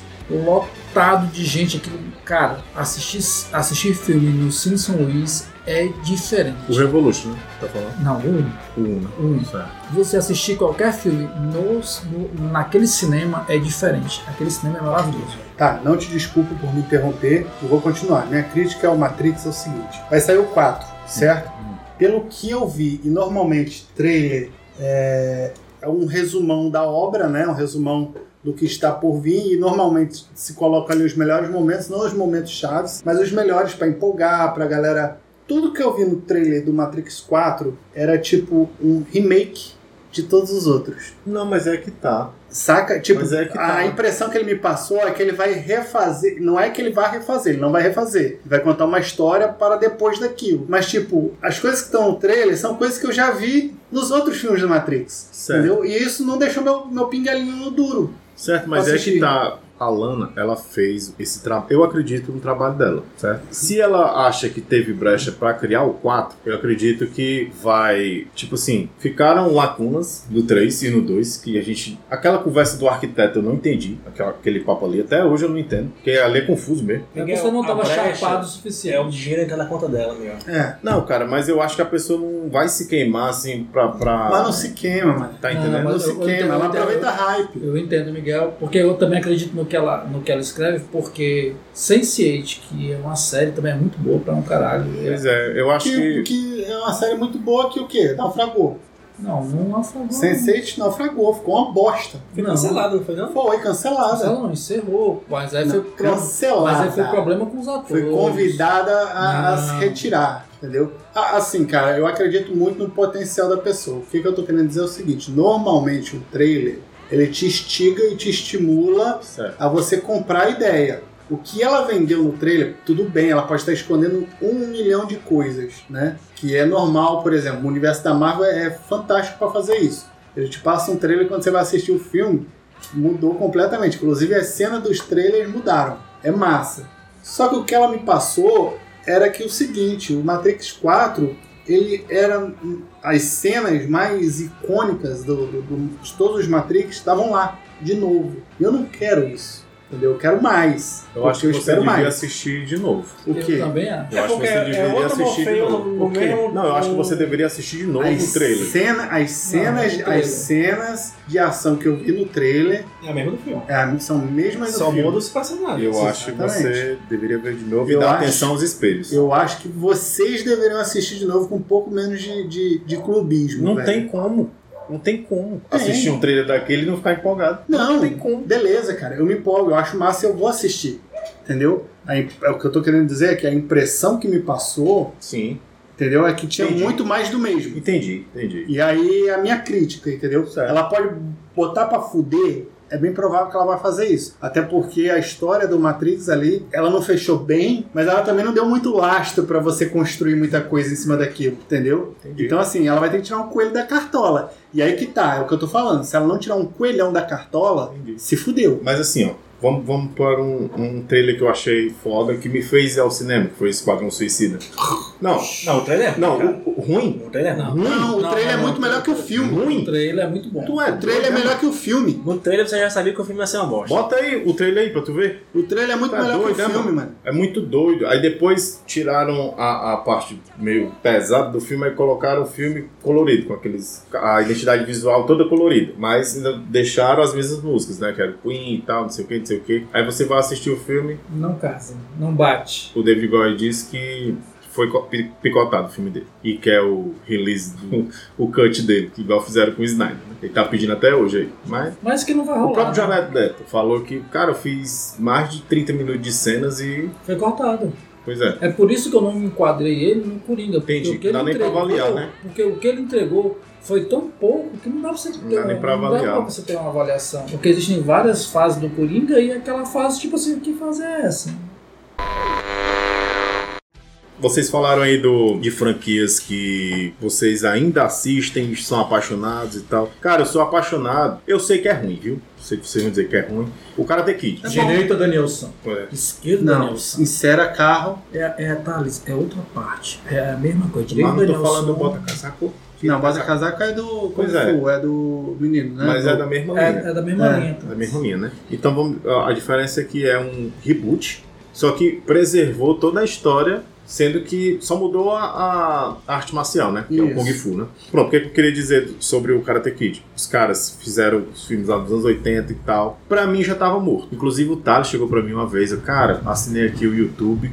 Speaker 7: lotado de gente aqui. Cara, assistir, assistir filme no Cine São Luís é diferente.
Speaker 9: O Revolution, né? Tá falando?
Speaker 7: Não, um,
Speaker 9: O 1, né?
Speaker 7: um.
Speaker 9: Certo.
Speaker 7: Você assistir qualquer filme nos- no, naquele cinema é diferente. Aquele cinema é maravilhoso.
Speaker 6: Tá, não te desculpo por me interromper, eu vou continuar. Minha crítica ao Matrix é o seguinte: vai sair o 4, certo? Pelo que eu vi, e normalmente trailer é, é um resumão da obra, né? Um resumão do que está por vir, e normalmente se colocam ali os melhores momentos, não os momentos chaves, mas os melhores pra empolgar, pra galera. Tudo que eu vi no trailer do Matrix 4 era tipo um remake de todos os outros.
Speaker 9: Não, mas é que tá.
Speaker 6: Saca? Tipo,
Speaker 9: Mas é que tá.
Speaker 6: a impressão que ele me passou é que ele vai refazer. Não é que ele vai refazer, ele não vai refazer. Ele vai contar uma história para depois daquilo. Mas, tipo, as coisas que estão no trailer são coisas que eu já vi nos outros filmes da Matrix.
Speaker 9: Certo.
Speaker 6: Entendeu? E isso não deixou meu, meu pingalinho no duro.
Speaker 9: Certo, mas é
Speaker 6: Assisti.
Speaker 9: que tá. A Lana, ela fez esse trabalho. Eu acredito no trabalho dela, certo? Se ela acha que teve brecha pra criar o 4, eu acredito que vai. Tipo assim, ficaram lacunas no 3 e no 2, que a gente. Aquela conversa do arquiteto eu não entendi, aquela- aquele papo ali, até hoje eu não entendo, porque ali é confuso mesmo.
Speaker 8: Miguel,
Speaker 7: você não
Speaker 8: a
Speaker 7: estava
Speaker 8: brecha
Speaker 7: chapado o
Speaker 8: É
Speaker 7: suficiente.
Speaker 8: o dinheiro entra na conta dela, meu.
Speaker 6: É.
Speaker 9: Não, cara, mas eu acho que a pessoa não vai se queimar assim pra. pra...
Speaker 6: Mas não se queima, mano.
Speaker 9: Tá entendendo?
Speaker 7: Não,
Speaker 6: Não
Speaker 7: mas
Speaker 6: se
Speaker 7: eu- eu
Speaker 6: queima, ela
Speaker 7: entendo, eu
Speaker 6: aproveita a hype.
Speaker 7: Eu entendo, Miguel, porque eu também acredito no que ela, no que ela escreve, porque Sense8, que é uma série também é muito boa pra um caralho.
Speaker 9: Pois é, eu acho
Speaker 6: Que,
Speaker 9: que.
Speaker 6: que é uma série muito boa que o quê? Naufragou.
Speaker 7: Não, não é
Speaker 6: Hum.
Speaker 7: favor.
Speaker 6: Sense8 naufragou, ficou uma bosta.
Speaker 8: Foi
Speaker 7: Não.
Speaker 8: cancelado, não foi não?
Speaker 6: Foi cancelada.
Speaker 7: Ela não encerrou, mas aí foi pro-
Speaker 6: Cancelada.
Speaker 7: Mas aí foi problema com os atores.
Speaker 6: foi convidada a, a
Speaker 7: Não.
Speaker 6: se retirar, entendeu? A- Assim, cara, eu acredito muito no potencial da pessoa. O que, que eu tô querendo dizer é o seguinte: normalmente o trailer ele te instiga e te estimula
Speaker 9: Certo.
Speaker 6: a você comprar a ideia. O que ela vendeu no trailer, tudo bem, ela pode estar escondendo um milhão de coisas, né? Que é normal, por exemplo, o universo da Marvel é fantástico pra fazer isso. Ele te passa um trailer quando você vai assistir o filme, mudou completamente. Inclusive, as cenas dos trailers mudaram. É massa. Só que o que ela me passou era que o seguinte, o Matrix 4, ele era. um, As cenas mais icônicas do, do- do- de todos os Matrix estavam lá, de novo. E eu não quero isso. Entendeu? Eu quero mais.
Speaker 9: Eu acho
Speaker 6: Porque
Speaker 9: que você
Speaker 6: espero
Speaker 9: devia
Speaker 6: mais.
Speaker 9: assistir de novo.
Speaker 6: O
Speaker 7: Eu
Speaker 6: quê?
Speaker 7: também acho.
Speaker 9: Eu
Speaker 8: É
Speaker 9: acho que
Speaker 8: porque
Speaker 9: você
Speaker 8: é
Speaker 9: deveria
Speaker 8: outro
Speaker 9: assistir de
Speaker 8: Morfeu
Speaker 9: novo.
Speaker 8: no- no
Speaker 9: O quê?
Speaker 8: mesmo-
Speaker 9: Não, eu acho que
Speaker 8: no-
Speaker 9: você deveria assistir de novo
Speaker 6: As,
Speaker 9: o trailer.
Speaker 6: cena- as cenas, as
Speaker 7: o trailer.
Speaker 6: cenas de ação que eu vi no trailer
Speaker 8: É a mesma do filme.
Speaker 6: é, são mesmas do
Speaker 8: Só
Speaker 6: filme.
Speaker 8: muda os personagens.
Speaker 9: Eu acho que
Speaker 6: Exatamente.
Speaker 9: você deveria ver de novo e
Speaker 6: Eu
Speaker 9: dar
Speaker 6: acho-
Speaker 9: atenção aos espelhos.
Speaker 6: Eu acho que vocês deveriam assistir de novo com um pouco menos de, de, de clubismo.
Speaker 9: Não
Speaker 6: velho.
Speaker 9: tem como. Não tem como.
Speaker 6: é. Tem.
Speaker 9: Assistir um trailer daquele e não ficar empolgado.
Speaker 6: Não,
Speaker 9: tem como.
Speaker 6: beleza, cara. Eu me empolgo, eu acho massa e eu vou assistir. Entendeu? A imp- o que eu tô querendo dizer é que a impressão que me passou,
Speaker 9: Sim.
Speaker 6: entendeu? É que tinha
Speaker 9: Entendi.
Speaker 6: muito mais do mesmo.
Speaker 9: Entendi, entendi.
Speaker 6: E aí a minha crítica, entendeu?
Speaker 9: Certo.
Speaker 6: Ela pode botar pra fuder. É bem provável que ela vai fazer isso. Até porque a história do Matrix ali, ela não fechou bem, mas ela também não deu muito lastro pra você construir muita coisa em cima daquilo, entendeu?
Speaker 9: Entendi.
Speaker 6: Então, assim, ela vai ter que tirar um coelho da cartola. E aí que tá, é o que eu tô falando. Se ela não tirar um coelhão da cartola,
Speaker 9: Entendi.
Speaker 6: se fudeu.
Speaker 9: Mas assim, ó, vamos, vamos para um, um trailer que eu achei foda, que me fez ir ao cinema, que foi Esquadrão Suicida. Não,
Speaker 8: Não, o trailer
Speaker 9: não,
Speaker 8: cara.
Speaker 9: o- o ruim?
Speaker 8: O trailer não.
Speaker 9: Ruim?
Speaker 6: Não, o
Speaker 7: Não,
Speaker 6: trailer
Speaker 7: não,
Speaker 6: é muito
Speaker 7: não.
Speaker 6: melhor que o filme.
Speaker 7: O
Speaker 9: Ruim?
Speaker 7: trailer é muito bom.
Speaker 9: Tu é
Speaker 6: O trailer é
Speaker 9: Hum? doido,
Speaker 6: melhor que o filme.
Speaker 8: No trailer você já sabia que o filme ia ser uma bosta.
Speaker 9: Bota aí o trailer aí pra tu ver.
Speaker 6: O trailer é muito
Speaker 9: Tá
Speaker 6: melhor
Speaker 9: doido,
Speaker 6: que o
Speaker 9: né,
Speaker 6: filme, mano.
Speaker 9: É muito doido. Aí depois tiraram a, a parte meio pesada do filme e colocaram o filme colorido, com aqueles. a identidade visual toda colorida. Mas ainda deixaram as mesmas músicas, né? Que era Queen e tal, não sei o que, não sei o que. Aí você vai assistir o filme,
Speaker 7: Não casa, não bate.
Speaker 9: o David Goy disse que foi co- pi- picotado o filme dele. E que é o release, do, o cut dele, que igual fizeram com o Snyder. Né? Ele tá pedindo até hoje aí. Mas
Speaker 7: Mas que não vai rolar.
Speaker 9: o próprio
Speaker 7: né?
Speaker 9: Jared Leto falou que, cara, eu fiz mais de 30 minutos de cenas e.
Speaker 7: Foi cortado.
Speaker 9: Pois é.
Speaker 7: É por isso que eu não enquadrei ele no Coringa. porque
Speaker 9: Entendi,
Speaker 7: o que
Speaker 9: não dá
Speaker 7: ele
Speaker 9: nem pra
Speaker 7: entregou-
Speaker 9: avaliar, né?
Speaker 7: Porque o que ele entregou foi tão pouco que não dá pra você ter, um-
Speaker 9: Não dá nem pra
Speaker 7: não
Speaker 9: avaliar.
Speaker 7: pra você ter uma avaliação. Porque existem várias fases do Coringa e aquela fase, tipo assim, que fase é essa?
Speaker 9: Vocês falaram aí do, de franquias que vocês ainda assistem, são apaixonados e tal. Cara, eu sou apaixonado. Eu sei que é ruim, viu? Sei que vocês vão dizer que é ruim. O Karate Kid.
Speaker 7: Direita Danielson.
Speaker 9: É.
Speaker 7: Esquerda
Speaker 6: Não,
Speaker 7: Danielson.
Speaker 6: insera carro.
Speaker 7: É, é, Thales, é outra parte. É a mesma coisa. Direita
Speaker 9: Mas não tô
Speaker 7: Danielson.
Speaker 9: falando do Bota Casaco.
Speaker 6: Não, Bota Casaca é do Kung
Speaker 9: Pois é.
Speaker 6: Fu, é do menino, né?
Speaker 9: Mas
Speaker 6: do...
Speaker 9: é da mesma linha.
Speaker 7: É, é da mesma
Speaker 6: É,
Speaker 7: linha.
Speaker 9: da mesma linha, né? Então vamos, a a diferença é que é um reboot, só que preservou toda a história, sendo que só mudou a, a arte marcial, né? Que é o
Speaker 6: Isso.
Speaker 9: Kung Fu, né? Pronto, o que eu queria dizer sobre o Karate Kid? Os caras fizeram os filmes lá dos anos 80 e tal. Pra mim já tava morto. Inclusive o Thales chegou pra mim uma vez, eu, cara, assinei aqui o YouTube.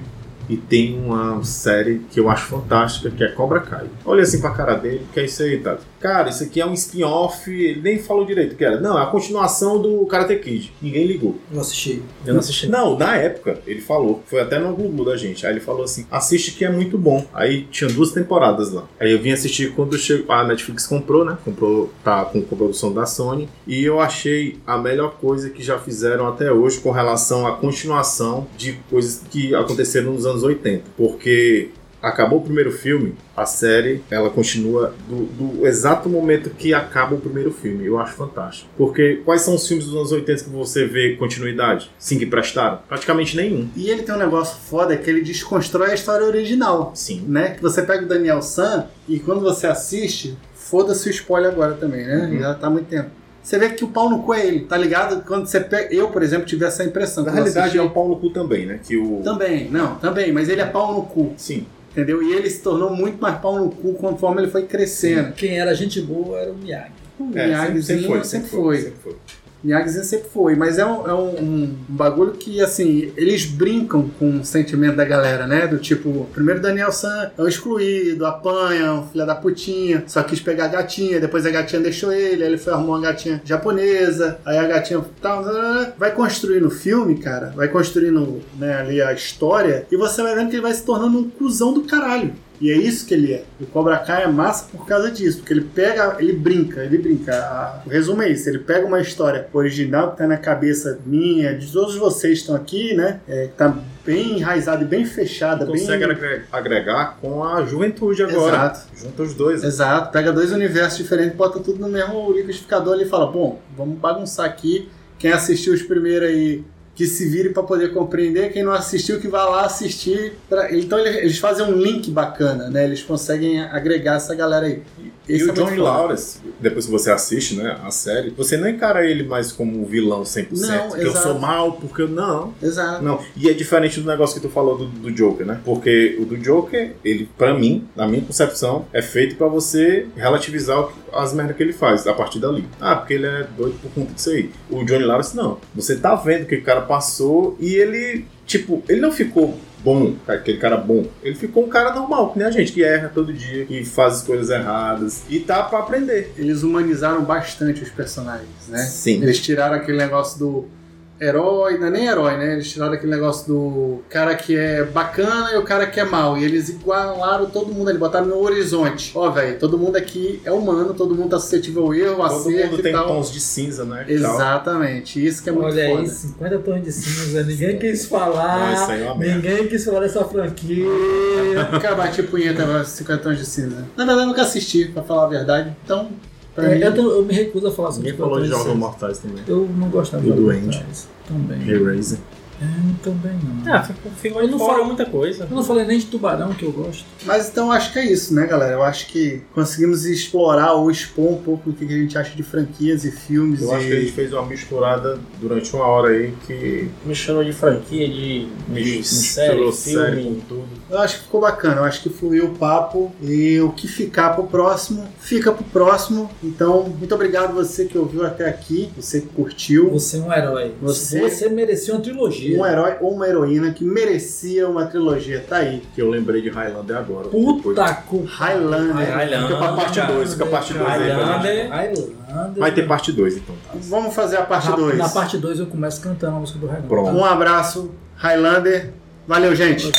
Speaker 9: E tem uma série que eu acho fantástica, que é Cobra Kai. Olha assim pra cara dele, que é isso aí, tá? Cara, isso aqui é um spin-off, ele nem falou direito o que era. Não, é a continuação do Karate Kid. Ninguém ligou.
Speaker 7: Não assisti.
Speaker 9: Eu não assisti. Não, na época, ele falou, foi até no Google da gente. Aí ele falou assim: assiste que é muito bom. Aí tinha duas temporadas lá. Aí eu vim assistir quando chegou. A Netflix comprou, né? Comprou, tá com produção da Sony. E eu achei a melhor coisa que já fizeram até hoje com relação à continuação de coisas que aconteceram nos anos 80. Porque. Acabou o primeiro filme, a série ela continua do, do exato momento que acaba o primeiro filme. Eu acho fantástico. Porque quais são os filmes dos anos 80 que você vê continuidade? Sim, que prestaram? Praticamente nenhum.
Speaker 6: E ele tem um negócio foda que ele desconstrói a história original,
Speaker 9: Sim.
Speaker 6: né? Que você pega o Daniel San e quando você assiste, foda-se o spoiler agora também, né?
Speaker 9: Uhum.
Speaker 6: Já tá há muito tempo. Você vê que o pau no cu é ele, tá ligado? Quando você pega. Eu, por exemplo, tive essa impressão.
Speaker 9: Na
Speaker 6: quando eu
Speaker 9: realidade
Speaker 6: assisti.
Speaker 9: é o pau no cu também, né? Que o.
Speaker 6: Também, não, também, mas ele é pau no cu,
Speaker 9: Sim.
Speaker 6: entendeu? E ele se tornou muito mais pau no cu conforme ele foi crescendo.
Speaker 7: Quem era gente boa era o Miyagi.
Speaker 6: O
Speaker 9: É, sempre, sempre
Speaker 6: Miyagizinho
Speaker 9: foi,
Speaker 6: sempre foi.
Speaker 9: Sempre foi.
Speaker 6: Miyagizinho sempre foi, mas é, um, é um- um bagulho que, assim, eles brincam com o sentimento da galera, né? Do tipo, primeiro Daniel San é um excluído, apanha, é um filho da putinha, só quis pegar a gatinha, depois a gatinha deixou ele, aí ele foi arrumar uma gatinha japonesa, aí a gatinha tal, tal, tal, tal. vai construindo o filme, cara, vai construindo né, ali a história, e você vai vendo que ele vai se tornando um cuzão do caralho. E é isso que ele é. O Cobra Kai é massa por causa disso, porque ele pega, ele brinca, ele brinca. A- O resumo é isso: ele pega uma história original que tá na cabeça minha, de todos vocês que estão aqui, né? É, que tá bem enraizada e bem fechada,
Speaker 9: Consegue
Speaker 6: bem.
Speaker 9: agre- agregar com a juventude agora.
Speaker 6: Exato.
Speaker 9: Junta os dois.
Speaker 6: Exato, pega dois universos diferentes, bota tudo no mesmo liquidificador ali e fala: bom, vamos bagunçar aqui. Quem assistiu os primeiros aí que se vire pra poder compreender, quem não assistiu que vá lá assistir. pra- Então ele- eles fazem um link bacana, né? Eles conseguem agregar essa galera aí.
Speaker 9: E
Speaker 6: Esse
Speaker 9: o
Speaker 6: é
Speaker 9: Johnny
Speaker 6: muito foda.
Speaker 9: Lawrence, depois que você assiste né, a série, você não encara ele mais como um vilão 100%.
Speaker 6: Não,
Speaker 9: que eu
Speaker 6: exato.
Speaker 9: sou mal, porque eu não.
Speaker 6: Exato.
Speaker 9: Não, e é diferente do negócio que tu falou do, do Joker, né? Porque o do Joker, ele, pra mim, na minha concepção, é feito pra você relativizar o que- as merdas que ele faz a partir dali. Ah, porque ele é doido por conta disso aí. O Johnny Lawrence, não. Você tá vendo o que o cara passou e ele, tipo, ele não ficou bom, aquele cara bom. Ele ficou um cara normal, que nem a gente, que erra todo dia, que faz as coisas erradas e tá pra aprender.
Speaker 6: Eles humanizaram bastante os personagens, né?
Speaker 9: Sim.
Speaker 6: Eles tiraram aquele negócio do herói, não é nem herói, né? Eles tiraram aquele negócio do cara que é bacana e o cara que é mal. E eles igualaram todo mundo ali, botaram no horizonte. Ó, velho, todo mundo aqui é humano, todo mundo tá suscetível ao erro,
Speaker 9: Todo mundo
Speaker 6: acerto e
Speaker 9: tem
Speaker 6: tal.
Speaker 9: tons de cinza, né? e tal.
Speaker 6: Exatamente, isso que é muito
Speaker 7: Olha
Speaker 6: foda.
Speaker 7: aí, 50 tons de cinza. Ninguém quis falar.
Speaker 9: Ah, isso aí é uma merda. É
Speaker 7: ninguém quis falar dessa franquia. É,
Speaker 6: Cara, bati punheta pra 50 tons de cinza. Na verdade, eu nunca assisti, pra falar a verdade. Então, pra mim.
Speaker 7: É, eu, tô- eu me recuso a falar sobre
Speaker 9: Ninguém
Speaker 7: 50
Speaker 9: falou de
Speaker 7: tons
Speaker 9: Jogos
Speaker 7: cinza.
Speaker 9: Mortais também.
Speaker 7: Eu não gostava de
Speaker 9: Do
Speaker 7: Jogos
Speaker 9: Duende.
Speaker 7: Mortais. Também.
Speaker 9: Hellraiser.
Speaker 7: É, também não.
Speaker 8: Ah, ficou, ficou
Speaker 7: Eu não
Speaker 8: não fora
Speaker 7: falo-
Speaker 8: muita coisa.
Speaker 7: Eu não falei nem de tubarão que eu gosto.
Speaker 6: Mas então acho que é isso, né, galera? Eu acho que conseguimos explorar ou expor um pouco do que que a gente acha de franquias e filmes.
Speaker 9: Eu
Speaker 6: e...
Speaker 9: acho que é a gente fez uma misturada durante uma hora aí que
Speaker 8: Me chamou de franquia, de, de série,
Speaker 9: misturou série
Speaker 8: filme.
Speaker 9: com tudo.
Speaker 6: Eu acho que ficou bacana, eu acho que fluiu o papo e o que ficar pro próximo, fica pro próximo. Então, muito obrigado você que ouviu até aqui, você que curtiu.
Speaker 7: Você é um herói.
Speaker 6: Você-
Speaker 7: Você merecia uma trilogia.
Speaker 6: Um herói ou uma heroína que merecia uma trilogia, tá aí.
Speaker 9: Que eu lembrei de Highlander agora. Depois.
Speaker 7: Puta cu.
Speaker 6: Highlander.
Speaker 8: Highlander.
Speaker 9: Um Fica pra parte 2, fica a parte 2 aí pra gente.
Speaker 8: Highlander.
Speaker 7: Highlander.
Speaker 9: Vai ter parte 2 então.
Speaker 6: Vamos fazer a parte
Speaker 7: Na-
Speaker 6: 2.
Speaker 7: Na parte 2 eu começo cantando a música do Highlander.
Speaker 9: Pronto.
Speaker 6: Um abraço, Highlander. Valeu, gente.